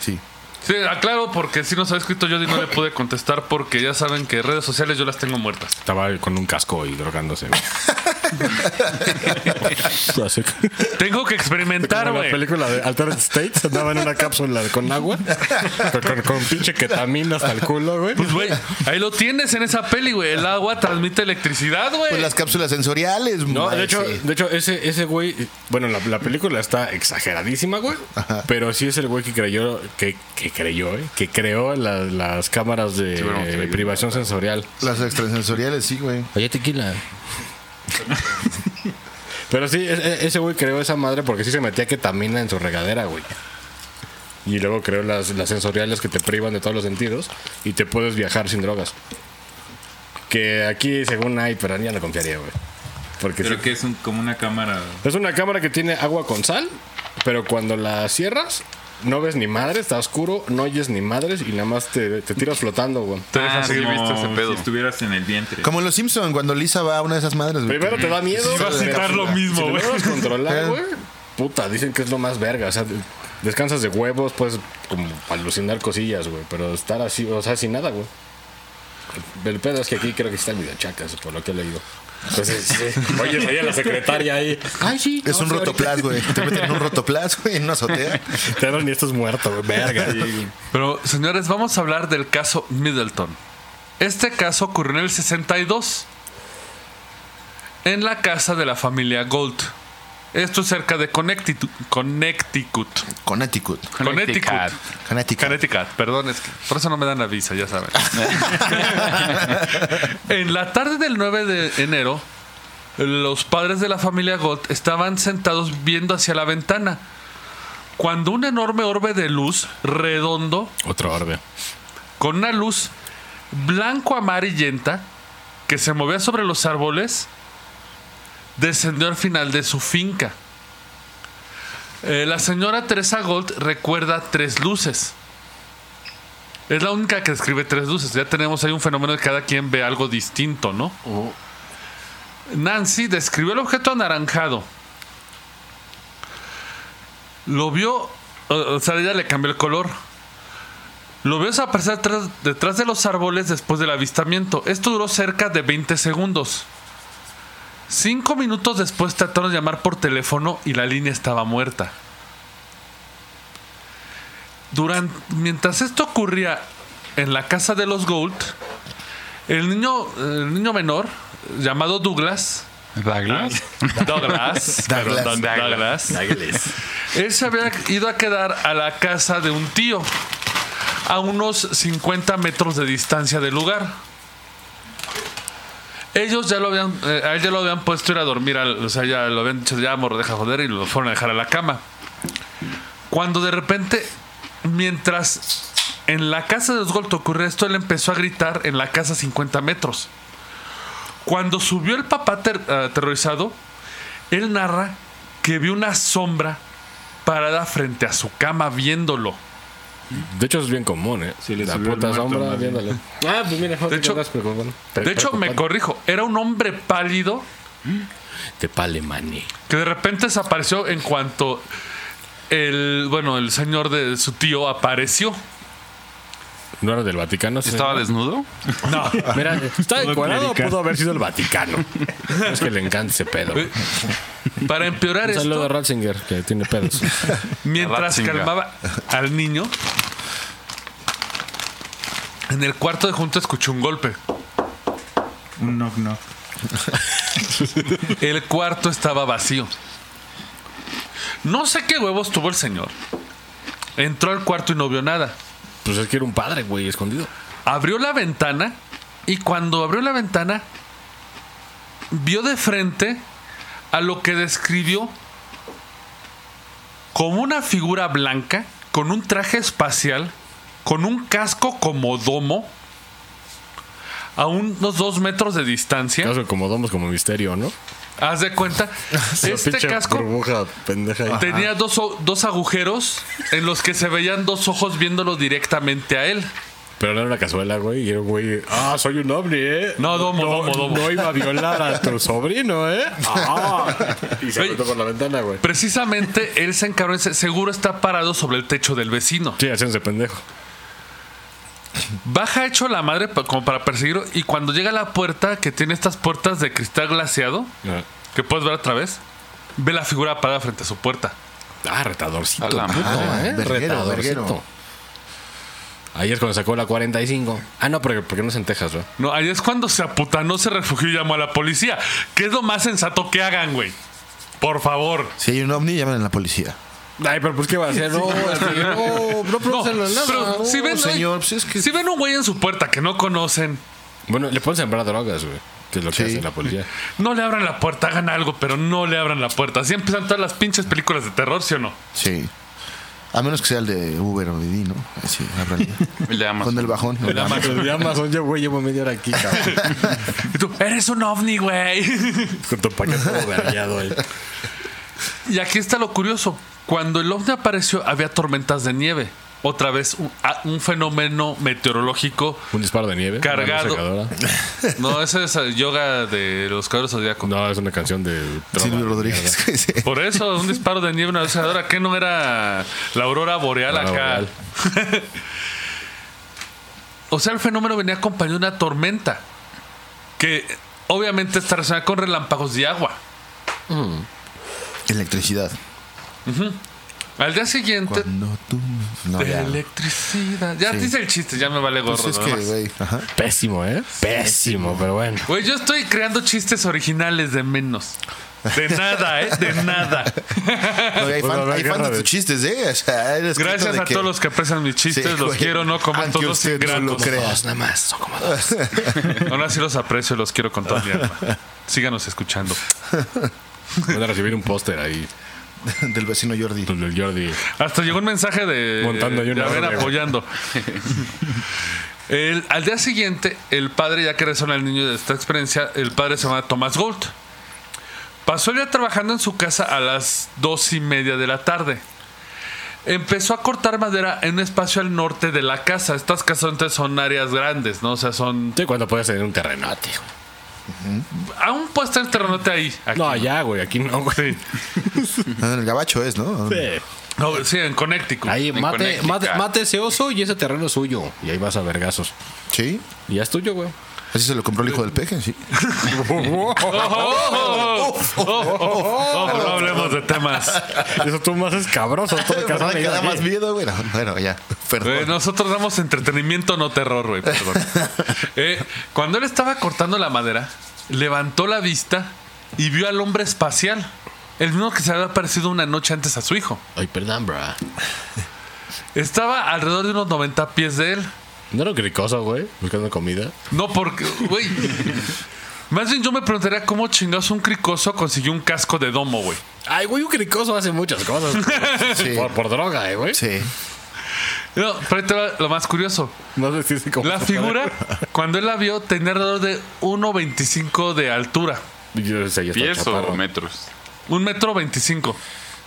Sí. Sí, aclaro, porque si nos ha escrito Jody no le pude contestar porque ya saben que redes sociales yo las tengo muertas. <laughs> Estaba con un casco y drogándose. güey. Así que- Tengo que experimentar, como la güey. película de Altered States andaba en una cápsula con agua, con, con- con pinche ketamina hasta el culo, güey. Pues, güey, ahí lo tienes en esa peli, güey. El agua transmite electricidad, güey. Pues las cápsulas sensoriales, No, madre, de hecho, sí. de hecho ese, ese güey, bueno, la, la película está exageradísima, güey. Pero sí es el güey que creyó, que, que creyó, eh, que creó la- las cámaras de Sí, bueno, sí. privación sensorial. Las extrasensoriales, sí, güey. Oye, tequila. Pero sí, e- e- ese güey creó esa madre porque sí se metía ketamina en su regadera, güey. Y luego creó las, las sensoriales que te privan de todos los sentidos y te puedes viajar sin drogas. Que aquí, según hay, pero ya no confiaría, güey. Porque sí- Pero que es un- como una cámara. es una cámara que tiene agua con sal, pero cuando la cierras, no ves ni madre, está oscuro, no oyes ni madres y nada más te, te tiras flotando, güey. Te deja seguir como visto ese pedo. Si estuvieras en el vientre. Como en los Simpson cuando Lisa va a una de esas madres. güey. Primero te da miedo. Iba a güey. citar lo mismo, Si güey. logras controlar, Sí. güey. Puta, dicen que es lo más verga. O sea, de- descansas de huevos, pues, como alucinar cosillas, güey. Pero estar así, o sea, sin nada, güey. El pedo es que aquí creo que están medio chacas, por lo que he leído. <laughs> Entonces, sí. Oye, oye, la secretaria ahí. Ay, sí. Es un rotoplas, güey. Te meten en un rotoplas, güey, en una <laughs> azotea. Pero ni esto es muerto, güey. Verga. Pero, señores, vamos a hablar del caso Middleton. Este caso ocurrió en el 62, en la casa de la familia Gold. Esto es cerca de Connecticut. Connecticut. Connecticut. Connecticut. Connecticut. Connecticut, perdón, es que por eso no me dan la visa, ya saben. <laughs> en la tarde del 9 de enero, los padres de la familia Gott estaban sentados viendo hacia la ventana. Cuando un enorme orbe de luz redondo Otro orbe. con una luz blanco amarillenta que se movía sobre los árboles, descendió al final de su finca. Eh, la señora Teresa Gold recuerda tres luces. Es la única que describe tres luces. Ya tenemos ahí un fenómeno de que cada quien ve algo distinto, ¿no? Nancy describió el objeto anaranjado. Lo vio, o, o sea, ella le cambió el color. Lo vio desaparecer tras- detrás de los árboles después del avistamiento. Esto duró cerca de 20 segundos. Cinco minutos después trataron de llamar por teléfono y la línea estaba muerta. Duran- mientras esto ocurría en la casa de los Gould, el niño, el niño menor, llamado Douglas, Douglas. Douglas, perdón, Douglas. Douglas, él se había ido a quedar a la casa de un tío, a unos 50 metros de distancia del lugar. Ellos ya lo habían, eh, a él ya lo habían puesto a ir a dormir, al- o sea, ya lo habían dicho, ya amor, deja joder, y lo fueron a dejar a la cama. Cuando de repente, mientras en la casa de Osgold ocurre esto, él empezó a gritar en la casa a 50 metros. Cuando subió el papá ter- eh, aterrorizado, él narra que vio una sombra parada frente a su cama viéndolo. De hecho, es bien común, ¿eh? Sí, le la subió el puta muerto, sombra más bien. viéndole. Ah, pues mira, te hecho- quedas, De hecho, me corrijo, era un hombre pálido Te pale, maní. que de repente desapareció en cuanto el, bueno, el señor de su tío apareció. No era del Vaticano. sí. ¿Estaba desnudo? No. Mira, <laughs> está Todo decorado, clerical. pudo haber sido el Vaticano. es que le encanta ese pedo. Eh, <laughs> Para empeorar Un saludo a esto, Ratzinger, que tiene pedos. mientras Ratzinger. calmaba al niño, en el cuarto de junto escuchó un golpe. <laughs> Un knock knock. El cuarto estaba vacío. No sé qué huevos tuvo el señor. Entró al cuarto y no vio nada. Pues es que era un padre, güey, escondido. abrió la ventana y cuando abrió la ventana vio de frente a lo que describió como una figura blanca con un traje espacial, con un casco como domo, a unos dos metros de distancia. Caso como domos, como misterio, ¿no? Haz de cuenta, <laughs> Esa este pinche casco burbuja pendeja ahí. tenía dos, o- dos agujeros en los que se veían dos ojos viéndolo directamente a él. Pero no era una cazuela, güey. Y era un güey. Ah, soy un ovni, ¿eh? No, domo, no, domo, domo. No iba a violar a tu sobrino, ¿eh? Ah. Y se Oye. metió por la ventana, güey. Precisamente él se encaró, seguro está parado sobre el techo del vecino. Sí, haciéndose pendejo. Baja hecho la madre pa- como para perseguirlo y cuando llega a la puerta que tiene estas puertas de cristal glaseado, que puedes ver a través, ve la figura parada frente a su puerta. Ah, retadorcito. A la puto, madre. ¿eh? Ah, Verguero, retadorcito. verguero. Ahí es cuando sacó la 45. Ah, no, porque, porque no es en Texas, ¿verdad? No, ahí es cuando se aputanó, se refugió y llamó a la policía. ¿Qué es lo más sensato que hagan, güey? Por favor. Si hay un ovni, llaman a la policía. Ay, pero pues qué va a hacer. No, este, no, no No, producen nada. pero si ven, señor, pues es que- si ven un güey en su puerta que no conocen, Bueno, le pueden sembrar drogas, güey. Que es lo que Sí. hace la policía. no le abran la puerta, hagan algo, pero no le abran la puerta. Así empiezan todas las pinches películas de terror, ¿sí o no? Sí. A menos que sea el de Uber o Didi, ¿no? Así, <laughs> ábrale. El de Amazon. Con el bajón. El ama- De Amazon, yo, güey, llevo media hora aquí, cabrón. <laughs> Y tú, eres un ovni, güey. <laughs> Con tu paquete todo vergueado ahí. Y aquí está lo curioso. Cuando el ovni apareció había tormentas de nieve. Otra vez un, a- un fenómeno meteorológico. Un disparo de nieve. Cargado. Una secadora. <laughs> No, ese es el yoga de los cabros zodiacos. No, es una canción de. Trova. Silvio Rodríguez. <laughs> Sí. Por eso, un disparo de nieve, una vencedora. ¿Qué no era la aurora boreal La acá? <laughs> aurora o sea, el fenómeno venía acompañado de una tormenta. Que obviamente está relacionada con relámpagos de agua. Electricidad. Al día siguiente. Cuando tú... No, de ya. electricidad. Ya Sí. dice el chiste, ya me vale gorro. Pues es nada que, más. güey. <laughs> Ajá. Pésimo, ¿eh? Pésimo, pero bueno. Güey, Pues yo estoy creando chistes originales de menos. De nada, ¿eh? De <laughs> nada. No, y hay Pues Bueno, fan, habrá hay fan guerra de de- tus chistes, ¿eh? O sea, eres Gracias cuenta de a que- todos los que aprecian mis chistes. Sí, los güey. quiero, no como Aunque todos usted no lo ingratos. crea. Dos nada más, son como dos. Ahora sí los aprecio y los quiero con toda mi <laughs> alma. Síganos escuchando. Van a recibir un póster ahí. <laughs> del vecino Jordi. El Jordi. Hasta llegó un mensaje de, Montando ahí de una haber verga. apoyando. El- al día siguiente, el padre, ya que resona el niño de esta experiencia, el padre se llama Thomas Gold. Pasó el día trabajando en su casa a las dos y media de la tarde. Empezó a cortar madera en un espacio al norte de la casa. Estas casas antes son áreas grandes, ¿no? O sea, son. Sí, cuando puedes tener un terrenote, güey. Aún puede estar el terrenote ahí. aquí. No, allá, güey, aquí no, güey. Ah, en el gabacho es, ¿no? Sí. No, sí, en Connecticut. Ahí, En mate, Connecticut. mate, mate ese oso y ese terreno es suyo. Y ahí vas a vergazos. Sí. Y ya es tuyo, güey. Así se lo compró el hijo del peje, sí. Ah, Oh, oh, oh, oh, oh, oh, no hablemos de temas. <laughs> Eso tú más escabroso. <laughs> Todo el casado Me ahí, da aquí. más miedo, güey. No, Bueno, ya. <laughs> Güey, Perdón. Eh, nosotros damos entretenimiento, no terror, güey. Perdón. Eh, cuando él estaba cortando la madera, levantó la vista y vio al hombre espacial. El mismo que se había aparecido una noche antes a su hijo. Ay, perdón, bro. Estaba alrededor de unos 90 pies de él. ¿No era un cricoso, güey? Buscando comida. No porque, güey. Más bien yo me preguntaría cómo chingados un cricoso consiguió un casco de domo, güey. Ay, güey, un cricoso hace muchas cosas. <laughs> güey. Sí. Por, por droga, eh, güey. Sí. No, pero ahí te va lo más curioso. No sé si es como- La figura, cuando él la vio, tenía alrededor de 1.25 de altura. Yo sé, ya está ¿Pies chaparro. o metros? Un metro 25.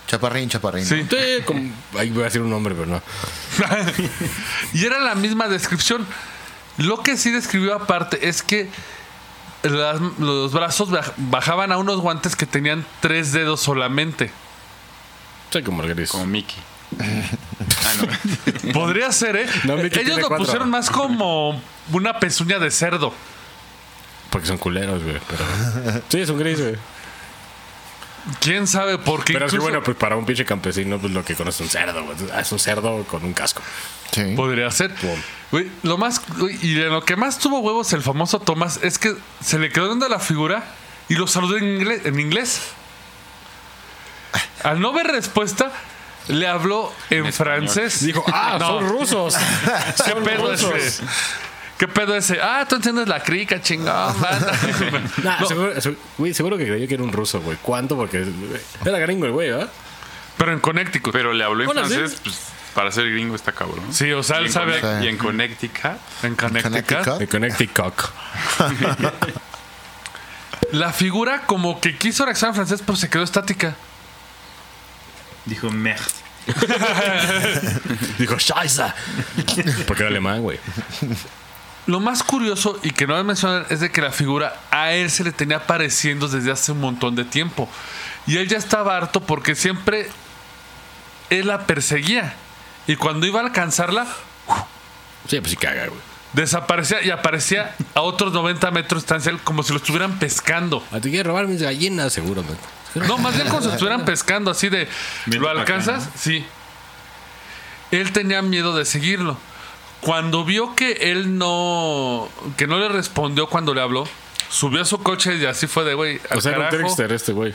Chaparrín, chaparrín. Sí. Sí, como- Ahí voy a decir un nombre, pero no. y era la misma descripción. Lo que sí describió aparte es que las- los brazos baj- bajaban a unos guantes que tenían tres dedos solamente. Soy como el gris. Como Mickey. Ah, no. Podría ser, ¿eh? No, Ellos Mickey tiene lo cuatro. pusieron más como una pezuña de cerdo. Porque son culeros, güey. <laughs> Pero... Sí, es un gris, güey. ¿Quién sabe por qué? Pero sí, incluso bueno, pues para un pinche campesino, pues lo que conoce es un cerdo, güey. Es un cerdo con un casco. Sí. Podría ser. Bueno. Güey, lo más, güey, y de lo que más tuvo huevos el famoso Thomas es que se le quedó viendo la figura y lo saludó en inglés. En inglés. Al no ver respuesta, le habló en, español. francés. Dijo, <laughs> ah, <laughs> No. son rusos. ¿Qué son pedo rusos. ese? ¿Qué pedo ese? Ah, tú entiendes la crica, chingón. <laughs> banda. Nah, No, seguro, segu- güey, seguro que creyó que era un ruso, güey. ¿Cuánto? Porque era gringo el güey, ¿verdad? pero en Connecticut. Pero le habló en Hola, francés, ¿sí? pues para ser gringo está cabrón. Sí, o sea, Y él en sabe- Connect- Y en Connecticut. En Connecticut. Connecticut. De Connecticut. La figura como que quiso reaccionar en francés, pero se quedó estática. Dijo, meh. Dijo, Scheiße. Porque era alemán, güey. Lo más curioso y que no voy a mencionar es de que la figura a él se le tenía apareciendo desde hace un montón de tiempo. Y él ya estaba harto porque siempre él la perseguía. Y cuando iba a alcanzarla, Sí, pues sí caga, güey. desaparecía y aparecía a otros 90 metros de distancia, como si lo estuvieran pescando. Ah, A ti quieres robar mis gallinas, seguro, güey. No, más bien como si estuvieran pescando así de. Viendo ¿Lo pa' acá, alcanzas? ¿no? Sí. Él tenía miedo de seguirlo. Cuando vio que él no. que no le respondió cuando le habló, subió a su coche y así fue de güey. al O sea, era un Ah, carajo. trickster este güey.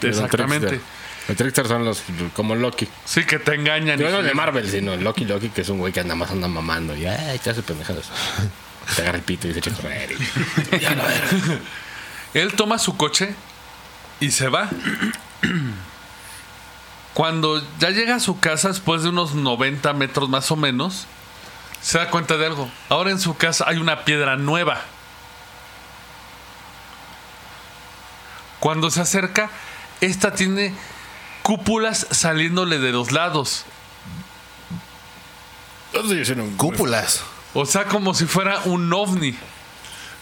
Era un Exactamente. trickster. Los tricksters son los como Loki. Sí, que te engañan. No, y- no de Marvel, sino Loki Loki, que es un güey que nada más anda mamando y ay, te hace pendejadas. Te agarra el pito y se echa a correr. y- <laughs> Él toma su coche y se va. Cuando ya llega a su casa, después de unos 90 metros más o menos, se da cuenta de algo. Ahora en su casa hay una piedra nueva. Cuando se acerca, esta tiene cúpulas saliéndole de los lados. Entonces, yo soy un- Cúpulas. O sea, como si fuera un ovni.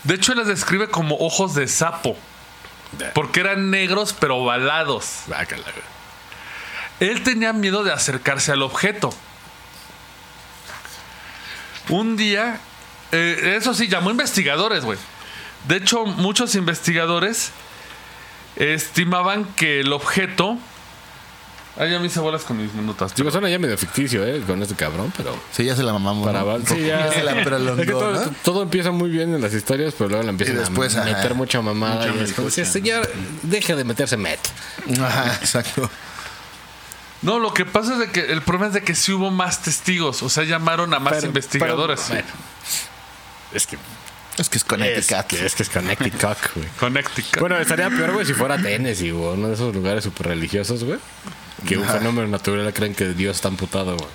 De hecho, él las describe como ojos de sapo. Porque eran negros pero ovalados. Bácala, güey. Él tenía miedo de acercarse al objeto. Un día, eh, eso sí, llamó investigadores, güey. De hecho, muchos investigadores estimaban que el objeto... Ay, ya me hice bolas con mis minutas. Digo, suena ya medio ficticio, ¿eh? Con este cabrón, pero. Sí, ya se la mamamos. Para ¿no? aval- Un sí, poco. <laughs> ya. se la prolongó, <laughs> Es que todo, ¿no? todo empieza muy bien en las historias, pero luego le empiezan Y después, a ajá. meter mucha mamada. Mucha y es como, melcocha. señor, deje de meterse met. Ajá, exacto. No, lo que pasa es de que el problema es de que sí hubo más testigos, o sea, llamaron a más Pero- investigadores. pero- bueno. Es que Es que es es, Connecticut. que es que es Connecticut, güey. Connecticut. Bueno, estaría peor, güey, si fuera Tennessee, güey. Uno de esos lugares súper religiosos, güey. Que un fenómeno natural creen que Dios está amputado, güey.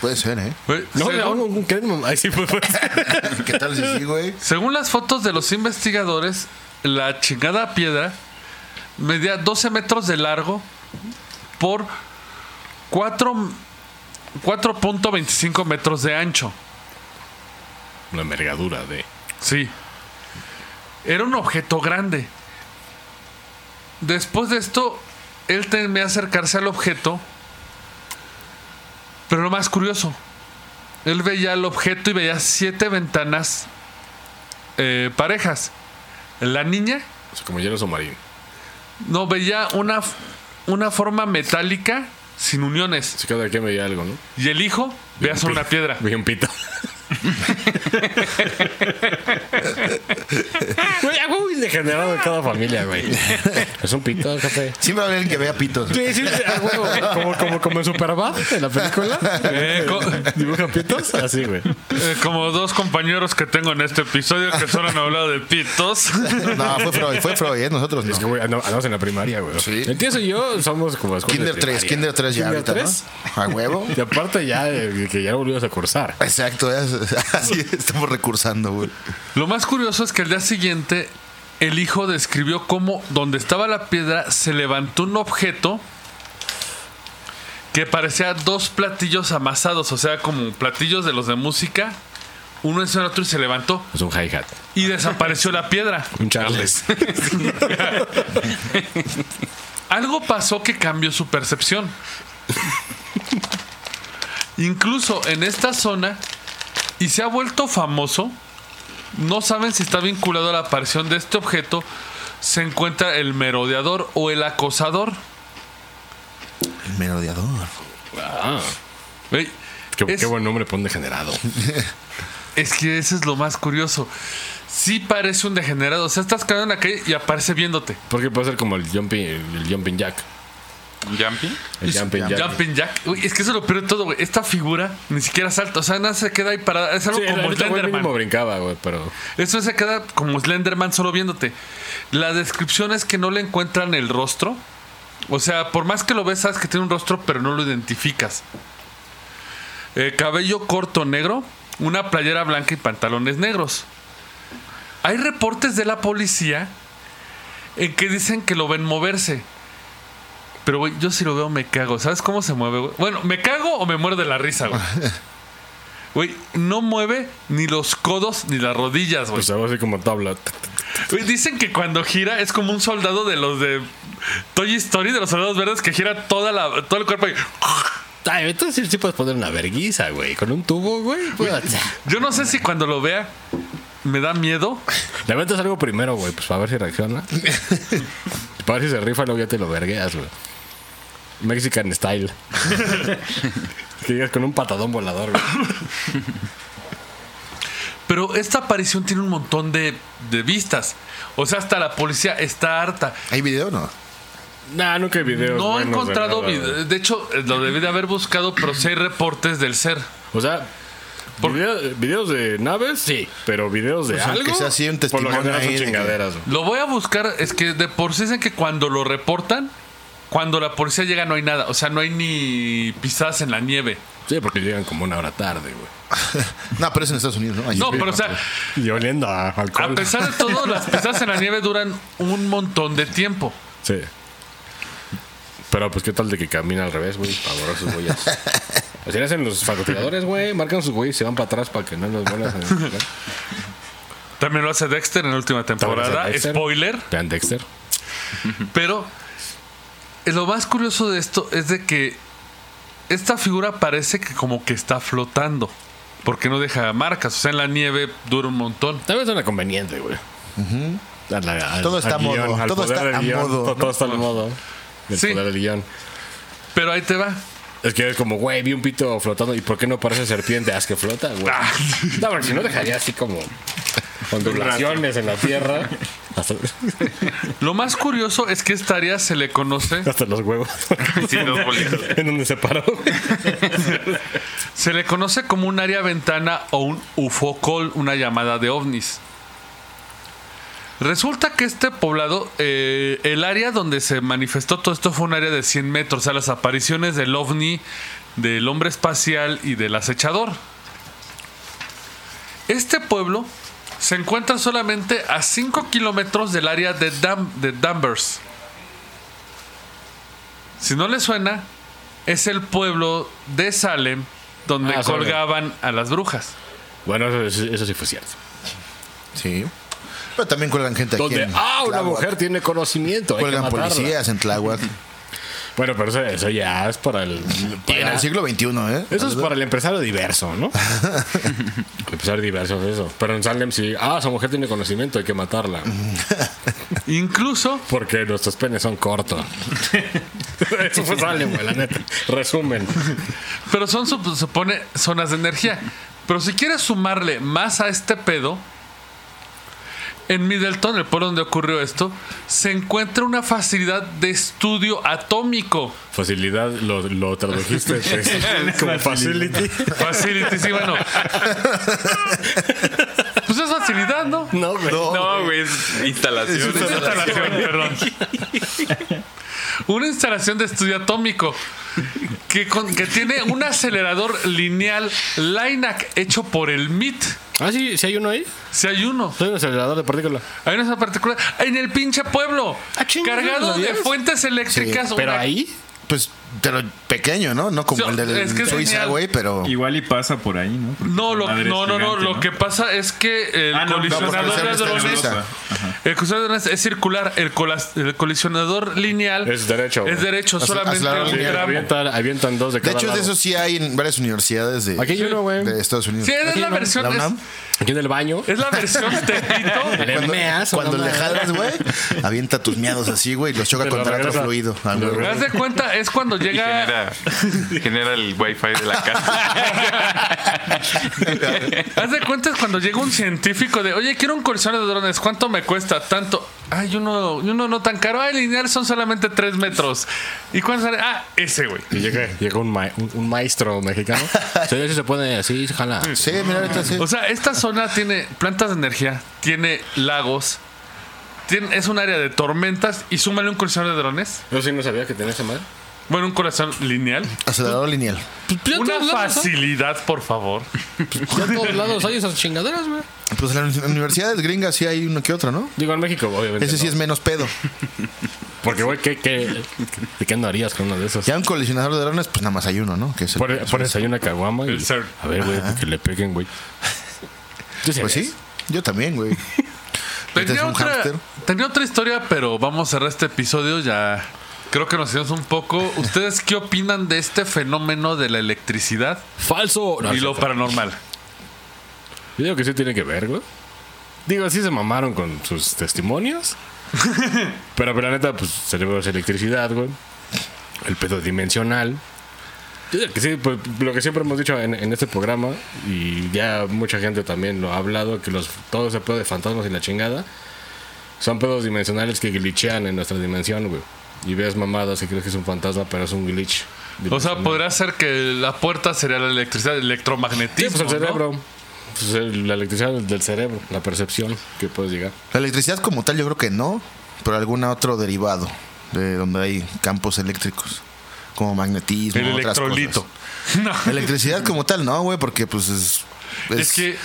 Puede ser, ¿eh? Güey, No, según- no, no, no, creen, mamá. Ay, sí, pues, pues. ¿Qué tal si sí, güey? Según las fotos de los investigadores, la chingada piedra medía 12 metros de largo por cuatro- 4.25 metros de ancho. <laughs> Una envergadura de. Sí. Era un objeto grande. Después de esto, él teme acercarse al objeto. Pero lo más curioso, él veía el objeto y veía siete ventanas eh, parejas. La niña O sea, como hielo submarino. no veía una, una forma metálica sin uniones. Así que cada quien veía algo, ¿no? Y el hijo veía solo una piedra. Veía un pito. Güey, hago un degenerado de cada familia, güey. Es un pito, jefe. Siempre va a haber alguien que vea pitos. Sí, sí, sí, a huevo, güey. como, como, como en Superbad, en la película. Eh, co- Dibuja pitos. Así, güey. eh, como dos compañeros que tengo en este episodio que solo han hablado de pitos. No, fue Freud, fue Freud, ¿eh? Nosotros Es que, no. güey, andamos andamos en la primaria, güey. Sí. El tío y yo somos como escuela de Kinder 3, primaria. Kinder 3 ya Kinder ahorita, ¿no? A <laughs> huevo. Y aparte ya, eh, que ya no volvimos a cursar. Exacto, ya es- así estamos recursando, güey. Lo más curioso es que al día siguiente el hijo describió cómo donde estaba la piedra se levantó un objeto que parecía dos platillos amasados, o sea, como platillos de los de música, uno encima del otro y se levantó Es un hi-hat. y desapareció la piedra. Un Charles. Algo pasó que cambió su percepción. <laughs> Incluso en esta zona, y se ha vuelto famoso, no saben si está vinculado a la aparición de este objeto, se encuentra el merodeador o el acosador. El merodeador. Ah, Ey, qué, es, qué buen nombre pon degenerado. es que eso es lo más curioso. Sí parece un degenerado. O sea, estás caminando en la calle y aparece viéndote. Porque puede ser como el jumping, el jumping jack. ¿Un <laughs> jumping? El Es- jumping jack. Jumping Jack. Uy, es que eso es lo peor de todo, güey. Esta figura ni siquiera salta. O sea, nada se queda ahí parada. Es algo Sí, como como el güey Slenderman. mínimo brincaba, güey, pero pues, Esto se queda como Slenderman solo viéndote. La descripción es que no le encuentran el rostro. O sea, por más que lo ves, sabes que tiene un rostro, pero no lo identificas. Eh, cabello corto negro, una playera blanca y pantalones negros. Hay reportes de la policía en que dicen que lo ven moverse. Pero, güey, yo si lo veo me cago. ¿Sabes cómo se mueve, güey? Bueno, ¿me cago o me muero de la risa, güey? Güey, no mueve ni los codos ni las rodillas, güey. pues algo así como tabla. Güey, Dicen que cuando gira es como un soldado de los de Toy Story, de los soldados verdes, que gira toda la, todo el cuerpo. y- Ay, entonces sí puedes poner una verguiza, güey, con un tubo, güey. <laughs> pues. Yo no sé si cuando lo vea me da miedo. <laughs> Le aventas algo primero, güey, pues para ver si reacciona. A ver si se rifa, luego ya te lo vergueas, güey. Mexican <laughs> style. que llegas con un patadón volador, güey. Pero esta aparición tiene un montón de, de vistas. O sea, hasta la policía está harta. ¿Hay video o no? Nah, nunca hay videos. No he buenos de encontrado. nada, vid- güey. De hecho, lo debí de haber buscado, pero sí hay reportes del ser. O sea, Por- video- videos de naves, sí. Pero videos de O sea, algo. que sea así un por lo testimonio general son ahí de que- chingaderas, güey. Lo voy a buscar. Es que de por sí dicen que cuando lo reportan, cuando la policía llega, no hay nada. O sea, no hay ni pisadas en la nieve. Sí, porque llegan como una hora tarde, güey. No, pero es en Estados Unidos, ¿no? Ahí No, sí. pero o sea, Y oliendo a alcohol. a pesar de todo, las pisadas en la nieve duran un montón de tiempo. Sí. Pero pues qué tal de que camina al revés, güey, para borrar sus <laughs> huellas. Así le hacen los francotiradores, güey, marcan sus güeyes y se van para atrás para que no los vuelas. También lo hace Dexter en la última temporada. Dexter. Spoiler. Vean Dexter. Pero eh, lo más curioso de esto es de que esta figura parece que como que está flotando. Porque no deja marcas. O sea, en la nieve dura un montón. También es una conveniente, güey. A la- al- Todo está al a modo, al todo poder está del a guión, modo, to- ¿no? Todo está al modo. Del Sí. poder del guión. Pero ahí te va. Es que es como, güey, vi un pito flotando. ¿Y por qué no parece serpiente? Haz que flota, güey. No, porque si no dejaría así como ondulaciones en la tierra. <laughs> Hasta, Lo más curioso es que esta área se le conoce. hasta los huevos. Sí, dos pues, bolitos. <laughs> en donde se paró. Se le conoce como un área ventana o un UFO call, una llamada de ovnis. Resulta que este poblado, eh, el área donde se manifestó todo esto fue un área de 100 metros, o sea, las apariciones del ovni, del hombre espacial y del acechador. Este pueblo se encuentra solamente a 5 kilómetros del área de, Dam- de Danvers. Si no le suena, es el pueblo de Salem donde Ah, Salem. colgaban a las brujas. Bueno, eso, eso- eso sí fue cierto. Sí. Pero también cuelgan gente aquí. Donde, en ah, una Tláhuac. mujer tiene conocimiento. hay que Cuelgan matarla. policías en Tláhuac. Bueno, pero eso, eso ya es para el. En para- el siglo XXI, ¿eh? eso es para el empresario diverso, <laughs> ¿no? el empresario diverso es eso. Pero en Salem sí, ah, esa mujer tiene conocimiento, hay que matarla. Incluso Porque nuestros penes son cortos. <laughs> eso fue Salem, güey, la neta. Resumen. Pero son, sup- supone, zonas de energía. Pero si quieres sumarle más a este pedo, en Middleton, el pueblo donde ocurrió esto, se encuentra una facilidad de estudio atómico. Facilidad, lo, lo <laughs> tradujiste pues, como facility. Facility, sí, bueno. Pues es facilidad, ¿no? No, güey. No, güey, es instalación. Una instalación, perdón. Una instalación de estudio atómico que, con- que tiene un acelerador lineal LINAC hecho por el MIT. Ah, sí, sí hay uno ahí. Si hay uno. Soy un acelerador de partículas. Hay una zona particular en el pinche pueblo. Ah, chinga, cargado ¿lo de vieron? fuentes eléctricas. Pero una- ahí. Pues, pero pequeño, ¿no? No como Sí, el del es que es Suiza, genial. güey, pero. Igual y pasa por ahí, ¿no? Porque No, esa lo, madre es no, no, no, gigante, Lo que pasa es que el Ah, no, vamos colisionador de a pensar que está en drones. Suiza. El colisionador de drones es circular. El, colas- el colisionador lineal Es derecho, Es güey. derecho, Hace- solamente hace la un línea, tramo. Avientan, avientan dos de De cada hecho, de lado. eso sí hay en varias universidades de, Aquí hay uno, güey. de Estados Unidos. Sí, es la ¿no? versión. ¿La es- UNAM? Aquí en el baño. Es, la versión Tepito. <laughs> Le meas, Cuando no le mames. jalas, güey, avienta tus miados así, güey, y los choca Te lo contra otro regresa. fluido. Ah, güey. ¿Te das de cuenta? Es cuando Y llega. <laughs> genera, genera el wifi de la casa. Haz de cuenta es cuando llega un científico de, oye, quiero un colisionador de drones, ¿cuánto me cuesta? Tanto. Ay, uno, y uno no tan caro. Ay, lineal son solamente 3 metros. ¿Y cuánto sale? Ah, ese, güey. Y llega, llega un, ma- un- un maestro mexicano. <laughs> Mm. Sí, ese se pone así, jala. Sí, mira, ahorita sí. O sea, esta zona tiene plantas de energía, tiene lagos, tiene, es un área de tormentas y súmale un colisionador de drones. Yo sí no sabía que tenía esa madre. Bueno, un corazón lineal. Acelerador lineal. Una facilidad, por favor. Ya en todos lados hay esas chingaderas, güey. Pues en las universidades gringas sí hay uno que otro, ¿no? Digo, en México, obviamente. Ese sí no. es menos pedo. Porque, güey, ¿qué, qué, ¿de qué andarías con uno de esos? Ya un colisionador de drones, pues nada más hay uno, ¿no? Que es el- Pones pones ahí una caguama y. El ser. A ver, güey, que le peguen, güey. Yo sí Pues ves. sí, yo también, güey. Este es Tenía un otra, hámster. tenía otra historia, pero vamos a cerrar este episodio ya. Creo que nos hicimos un poco. ¿Ustedes qué opinan de este fenómeno de la electricidad Falso. No, y sí, lo falso. paranormal? Yo digo que sí tiene que ver, güey. Digo, sí se mamaron con sus testimonios. pero, pero la neta, pues cerebro es electricidad, güey. El pedo dimensional. Yo digo que sí, pues, lo que siempre hemos dicho en, en este programa, y ya mucha gente también lo ha hablado, que los, todo ese pedo de fantasmas y la chingada son pedos dimensionales que glitchean en nuestra dimensión, güey. Y ves mamadas y crees que es un fantasma, pero es un O glitch. sea, dimensional. podría ser que la puerta sería la electricidad, el Sí, electromagnetismo. pues el ¿no? cerebro. Pues el- la electricidad del cerebro, la percepción que puedes llegar. La electricidad como tal yo creo que no, pero algún otro derivado de donde hay campos eléctricos, como magnetismo, El otras <laughs> electrolito. cosas. No. Electricidad como tal no, güey, porque pues es, Es que-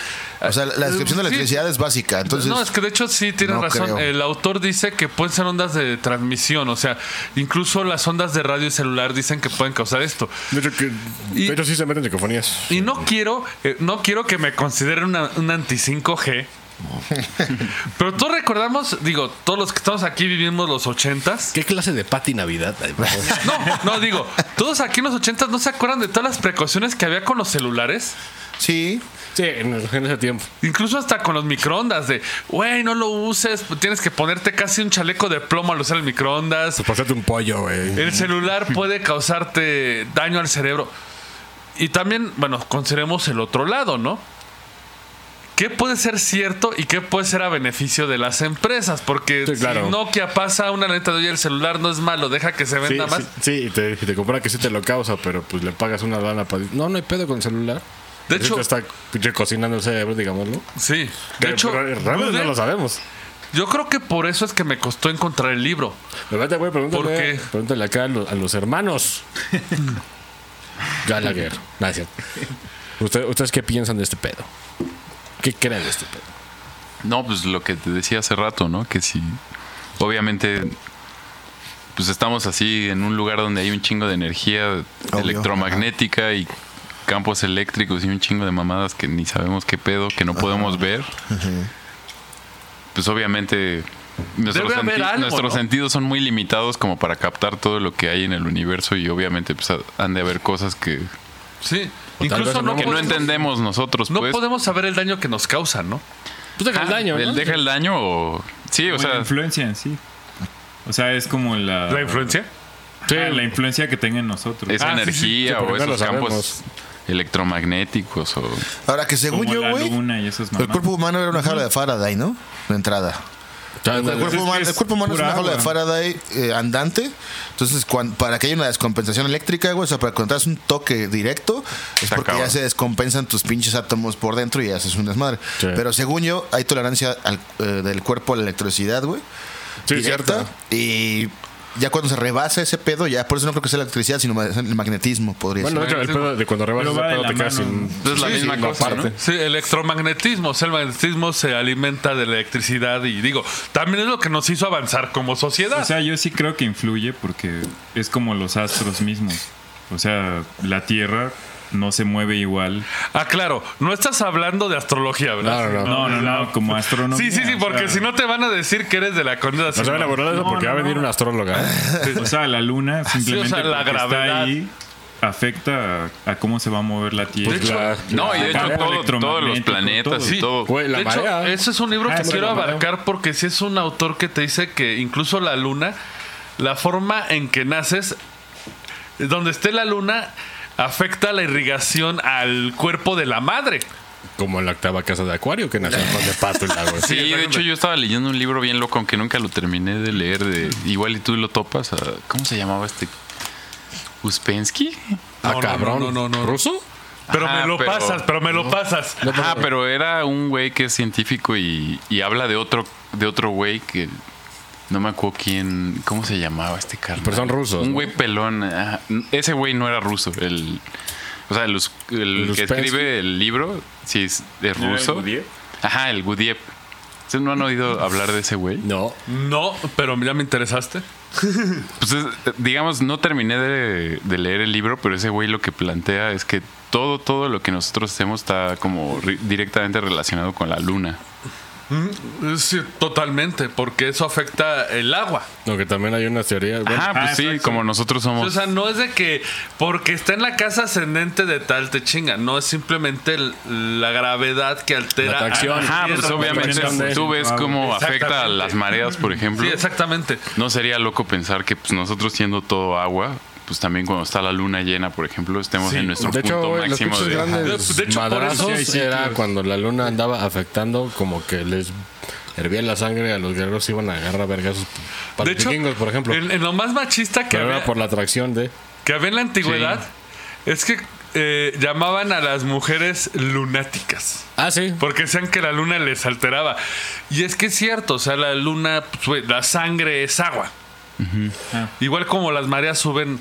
o sea, la descripción de Sí. electricidad es básica, entonces no, es que de hecho sí tienes no razón. creo. El autor dice que pueden ser ondas de transmisión, o sea, incluso las ondas de radio y celular dicen que pueden causar esto. De hecho, que, Y- de hecho sí se meten psicofonías. Y no quiero, eh, no quiero que me consideren una- un anti 5G. Pero todos recordamos, digo, todos los que estamos aquí vivimos los ochentas. ¿Qué clase de pati Navidad? Ay, por favor. No, no, digo, todos aquí en los ochentas no se acuerdan de todas las precauciones que había con los celulares. sí, <laughs> sí, en, en ese tiempo. Incluso hasta con los microondas de, güey, no lo uses, tienes que ponerte casi un chaleco de plomo al usar el microondas. Pasate un pollo, güey. El <laughs> celular puede causarte daño al cerebro. Y también, bueno, consideremos el otro lado, ¿no? ¿Qué puede ser cierto y qué puede ser a beneficio de las empresas? Porque Sí, claro. si Nokia pasa una neta de hoy el celular no es malo, deja que se Sí, venda más. sí, sí, y te, y te compran que sí te lo causa, pero pues le pagas una lana para... No, no hay pedo con el celular. De Sí hecho- te está pinche cocinando el cerebro, digámoslo. Sí. De Pero- hecho, pero realmente Google, no lo sabemos. yo creo que por eso es que me costó encontrar el libro. Pero vete, güey, pregúntale, ¿Por qué? pregúntale acá a los, a los <laughs> hermanos. Gallagher. Gracias. ¿Usted- ¿Ustedes qué piensan de este pedo? ¿Qué creen de este pedo? No, pues lo que te decía hace rato, ¿no? Que si obviamente pues estamos así en un lugar donde hay un chingo de energía Obvio, electromagnética y campos eléctricos y un chingo de mamadas que ni sabemos qué pedo, que no podemos ver. Pues obviamente nuestros, Debe haber senti- algo, nuestros ¿no? sentidos son muy limitados como para captar todo lo que hay en el universo y obviamente pues ha- han de haber cosas que, Sí. O tal Incluso vez no, no, que no podemos, entendemos nosotros. no pues. podemos saber el daño que nos causan, ¿no? Pues deja el Ah, daño, ¿no? Deja el daño o... Sí, o Como la sea... influencia en sí. O sea, es como la. La influencia. Sí, Ah, la influencia que tenga en nosotros. Ah, esa sí, sí, energía sí, o porque no esos lo campos sabemos. electromagnéticos o ahora que según como yo, la güey, luna y esas el mamadas. cuerpo humano era una jaula de Faraday, ¿no? De entrada. Ya, El dale. cuerpo, humano, es el cuerpo humano es pura una jaula de agua. Faraday eh, andante. Entonces, cuan- para que haya una descompensación eléctrica, güey, o sea, para que encuentras un toque directo, es porque acaba. ya se descompensan tus pinches átomos por dentro y haces un desmadre. Sí. Pero según yo, hay tolerancia al- eh, del cuerpo a la electricidad, güey. Sí, cierta. cierto. Y ya cuando se rebasa ese pedo, ya por eso no creo que sea electricidad, sino ma- el magnetismo, podría Bueno, de ser. hecho, el pedo de cuando rebasas Pero el va de pedo la te quedas mano. sin... Es la misma cosa, ¿no? parte. Sí, electromagnetismo. O sea, el magnetismo se alimenta de electricidad y digo, también es lo que nos hizo avanzar como sociedad. O sea, yo sí creo que influye porque es como los astros mismos. O sea, la Tierra no se mueve igual. ah, claro, no estás hablando de astrología, ¿verdad? No, no, no. No, no, no, como astrónomo. Ah, Sí, sí, sí, porque si no te van a decir que eres de la condesa. No se van a borrar eso No, porque no, va a venir no. una astróloga. ¿eh? O sea, la luna Ah, simplemente o sea, la porque gravedad. está ahí afecta a, a cómo se va a mover la Tierra. Pues la- No, la- y de hecho campo todo- todos los electromagnético, planetas y todo. Güey, la de hecho, marea. ese es un libro Ah, que sí, quiero la marea. abarcar porque si es un autor que te dice que incluso la luna, la forma en que naces, donde esté la luna, afecta la irrigación al cuerpo de la madre. Como en la octava casa de Acuario que nació con de pátula, güey. Sí, de hecho yo estaba leyendo un libro bien loco, aunque nunca lo terminé de leer. De, igual y tú lo topas. a- ¿Cómo se llamaba este? ¿Uspensky? Ah, No, no, cabrón. no, no, no, no. ¿Ruso? Pero Ajá, me lo pero- pasas, pero me lo pasas. Ah, pero era un güey que es científico y, y habla de otro de otro güey que no me acuerdo quién, cómo se llamaba este carnal. Pero son rusos, Un ¿no? güey pelón. ajá. Ese güey no era ruso. El, o sea, el, us- el que Uspensky. escribe el libro, sí es, es ruso. Ajá, el Gudiev. ¿Ustedes no han oído hablar de ese güey? No. No, pero ya me interesaste. Pues es- digamos, no terminé de, de leer el libro, pero ese güey lo que plantea es que todo, todo lo que nosotros hacemos está como ri- directamente relacionado con la luna. Mm, Sí, totalmente, porque eso afecta el agua. Aunque también hay unas teorías. bueno, Ajá, pues Ah, sí, exacto. como nosotros somos. O sea, no es de que porque está en la casa ascendente de tal te chinga, no es simplemente el- la gravedad que altera. La atracción. a la Ajá, Tierra. pues obviamente también. tú ves cómo Ah, Exactamente. afecta a las mareas, por ejemplo. Sí, exactamente. No sería loco pensar que pues, nosotros siendo todo agua, pues también cuando está la luna llena, por ejemplo, estemos Sí, en nuestro de hecho, punto güey, los máximo pinches de... grandes De hecho, por madrazos eso sí hay era ciclos. cuando la luna andaba afectando, como que les hervía la sangre a los guerreros iban a agarrar a vergazos para De los hecho, vikingos, por ejemplo. en, en lo más machista que pero había, era por la atracción de. que había en la antigüedad es que eh, llamaban a las mujeres lunáticas. Ah, sí. Porque decían que la luna les alteraba. Y es que es cierto, o sea, la luna, pues, güey, la sangre es agua. Ah. Igual como las mareas suben,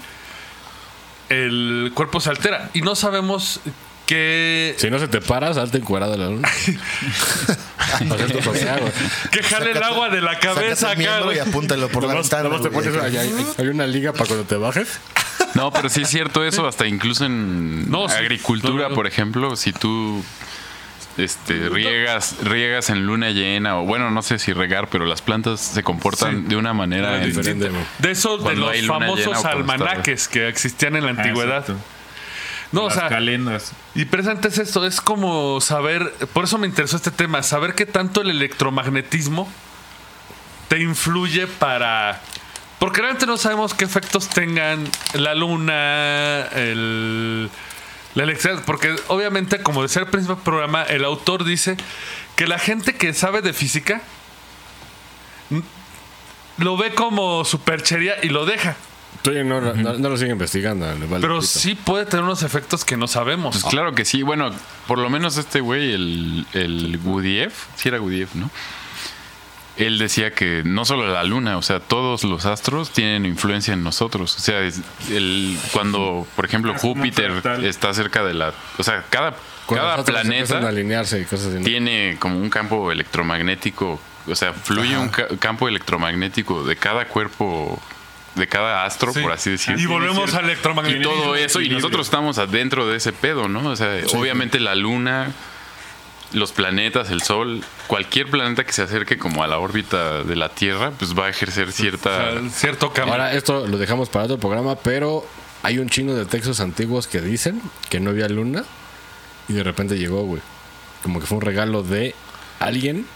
el cuerpo se altera. Y no sabemos qué, Si no se te paras, salte encuerada de la <laughs> luna. Para hacer tu sociedad, güey. qué jale el Sácate- agua de la cabeza sácate el acá. miembro güey. y apúntalo por la Nomás- ventana. nomás te güey. pones- hay, hay- hay una liga para cuando te bajes. <laughs> No, pero sí es cierto eso, hasta incluso en <laughs> No, sí. agricultura, No, no, no. por ejemplo, si tú este, riegas, riegas en luna llena, o bueno, no sé si regar, pero las plantas se comportan de una manera en- Diferente, güey. Ah, De esos de Cuando los hay luna llena o famosos cuando está- almanaques que existían en la Ah, antigüedad. exacto. no, o Las sea, calendas. Y precisamente es esto, es como saber, por eso me interesó este tema, saber qué tanto el electromagnetismo te influye para... Porque realmente no sabemos qué efectos tengan la luna, el, la electricidad, porque obviamente, como decía el principio del programa, el autor dice que la gente que sabe de física mm, lo ve como superchería y lo deja, Tú ya no, no- no lo sigue investigando. le vale pero pito. sí puede tener unos efectos que no sabemos. Pues claro que sí. Bueno, por lo menos este güey, el, el Gudiev, sí era Gudiev, ¿no? Él decía que no solo la luna, o sea, todos los astros tienen influencia en nosotros. O sea, es- el, cuando, por ejemplo, Es como Júpiter fractal. está cerca de la... O sea, cada, Cuando cada los astros empiezan a planeta alinearse y cosas así. ¿no? tiene como un campo electromagnético, o sea, fluye un ca- campo electromagnético de cada cuerpo, de cada astro, Sí. por así decirlo. Y volvemos cierto. al Y electromagnetismo. todo eso, y equilibrio. nosotros estamos adentro de ese pedo, ¿no? O sea, obviamente la luna, los planetas, el sol, cualquier planeta que se acerque como a la órbita de la Tierra, pues va a ejercer cierta... O sea, cierto cambio. Ahora, esto lo dejamos para otro programa, pero hay un chingo de textos antiguos que dicen que no había luna y de repente llegó, güey. Como que fue un regalo de alguien.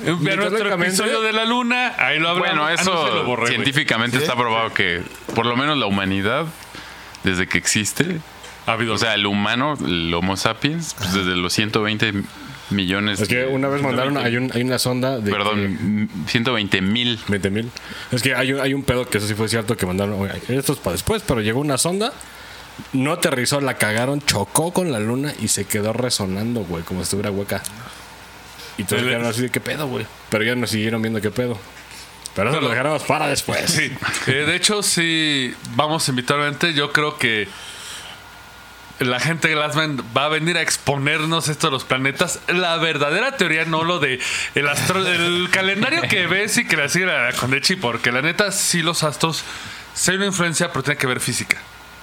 Ve nuestro Mitológicamente- episodio de la luna, ahí lo hablamos. bueno, Ah, no, eso se lo borré, güey. científicamente ¿Sí? está probado que por lo menos la humanidad, desde que existe, Ha habido- o sea, el humano, el Homo sapiens, pues desde los 120 millones... Es que una vez mandaron, hay, un- hay una sonda de... Perdón, 120 mil 20 mil. Es que hay un, hay un pedo que eso sí fue cierto que mandaron. "Oiga, Esto es para después, pero llegó una sonda, no aterrizó, la cagaron, chocó con la luna y se quedó resonando, güey, como si estuviera hueca. Y todos El- quedaron así de qué pedo, güey. Pero ya nos siguieron viendo qué pedo. Pero eso lo dejaremos para <laughs> después. Sí. Eh, de hecho, sí, vamos a invitar gente. Yo creo que la gente de Glassman va a venir a exponernos esto de los planetas. La verdadera teoría, no lo de el, astro- el calendario que ves y que la sigue la Condechi, porque la neta, sí, los astros, sí hay una influencia, pero tiene que ver física.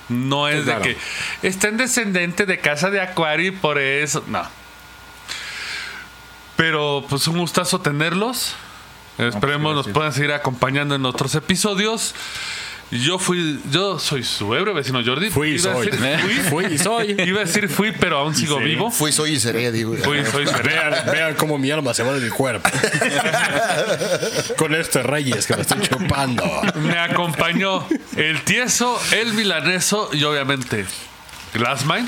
No es Claro. de que está en descendente de casa de Acuario y por eso. No. Pero pues un gustazo tenerlos. Eh, pues, Esperemos nos puedan seguir acompañando en otros episodios. Yo fui, yo soy su ebrio vecino Jordi. Fui y Iba a soy. ¿eh? decir fui. <laughs> Fui <laughs> y soy. Iba a decir fui, pero aún sigo vivo. Fui, soy y seré, digo. Fui, soy Vean, vean cómo mi alma se va de <laughs> mi cuerpo. Con estos reyes que me están chupando. Me acompañó el tieso, el milaneso y obviamente Glassmind.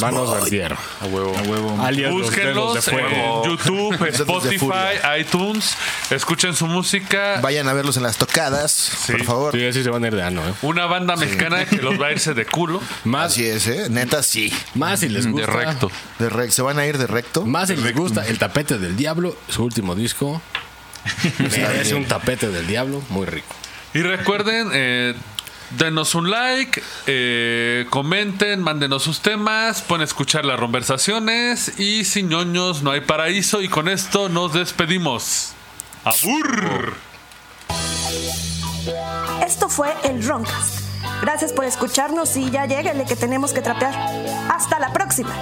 Manos del tierra. a huevo. A huevo. Alias los dedos Búsquenlos eh, de en fuego. YouTube, Dedos de Spotify, furia. iTunes. Escuchen su música. Vayan a verlos en las tocadas, por favor. Sí, así se van a ir de ano, ¿eh? Una banda mexicana que los va a irse de culo. Más, Así es, ¿eh? Neta, sí. más si les gusta. De recto. De re- se van a ir de recto. Más si les gusta El Tapete del Diablo, su último disco. Es un tapete del diablo muy rico. Y recuerden, eh, denos un like, eh, comenten, mándenos sus temas, pueden escuchar las conversaciones y sin ñoños no hay paraíso y con esto nos despedimos. ¡Abur! Esto fue el Roncast. Gracias por escucharnos y ya lléguenle que tenemos que trapear. Hasta la próxima.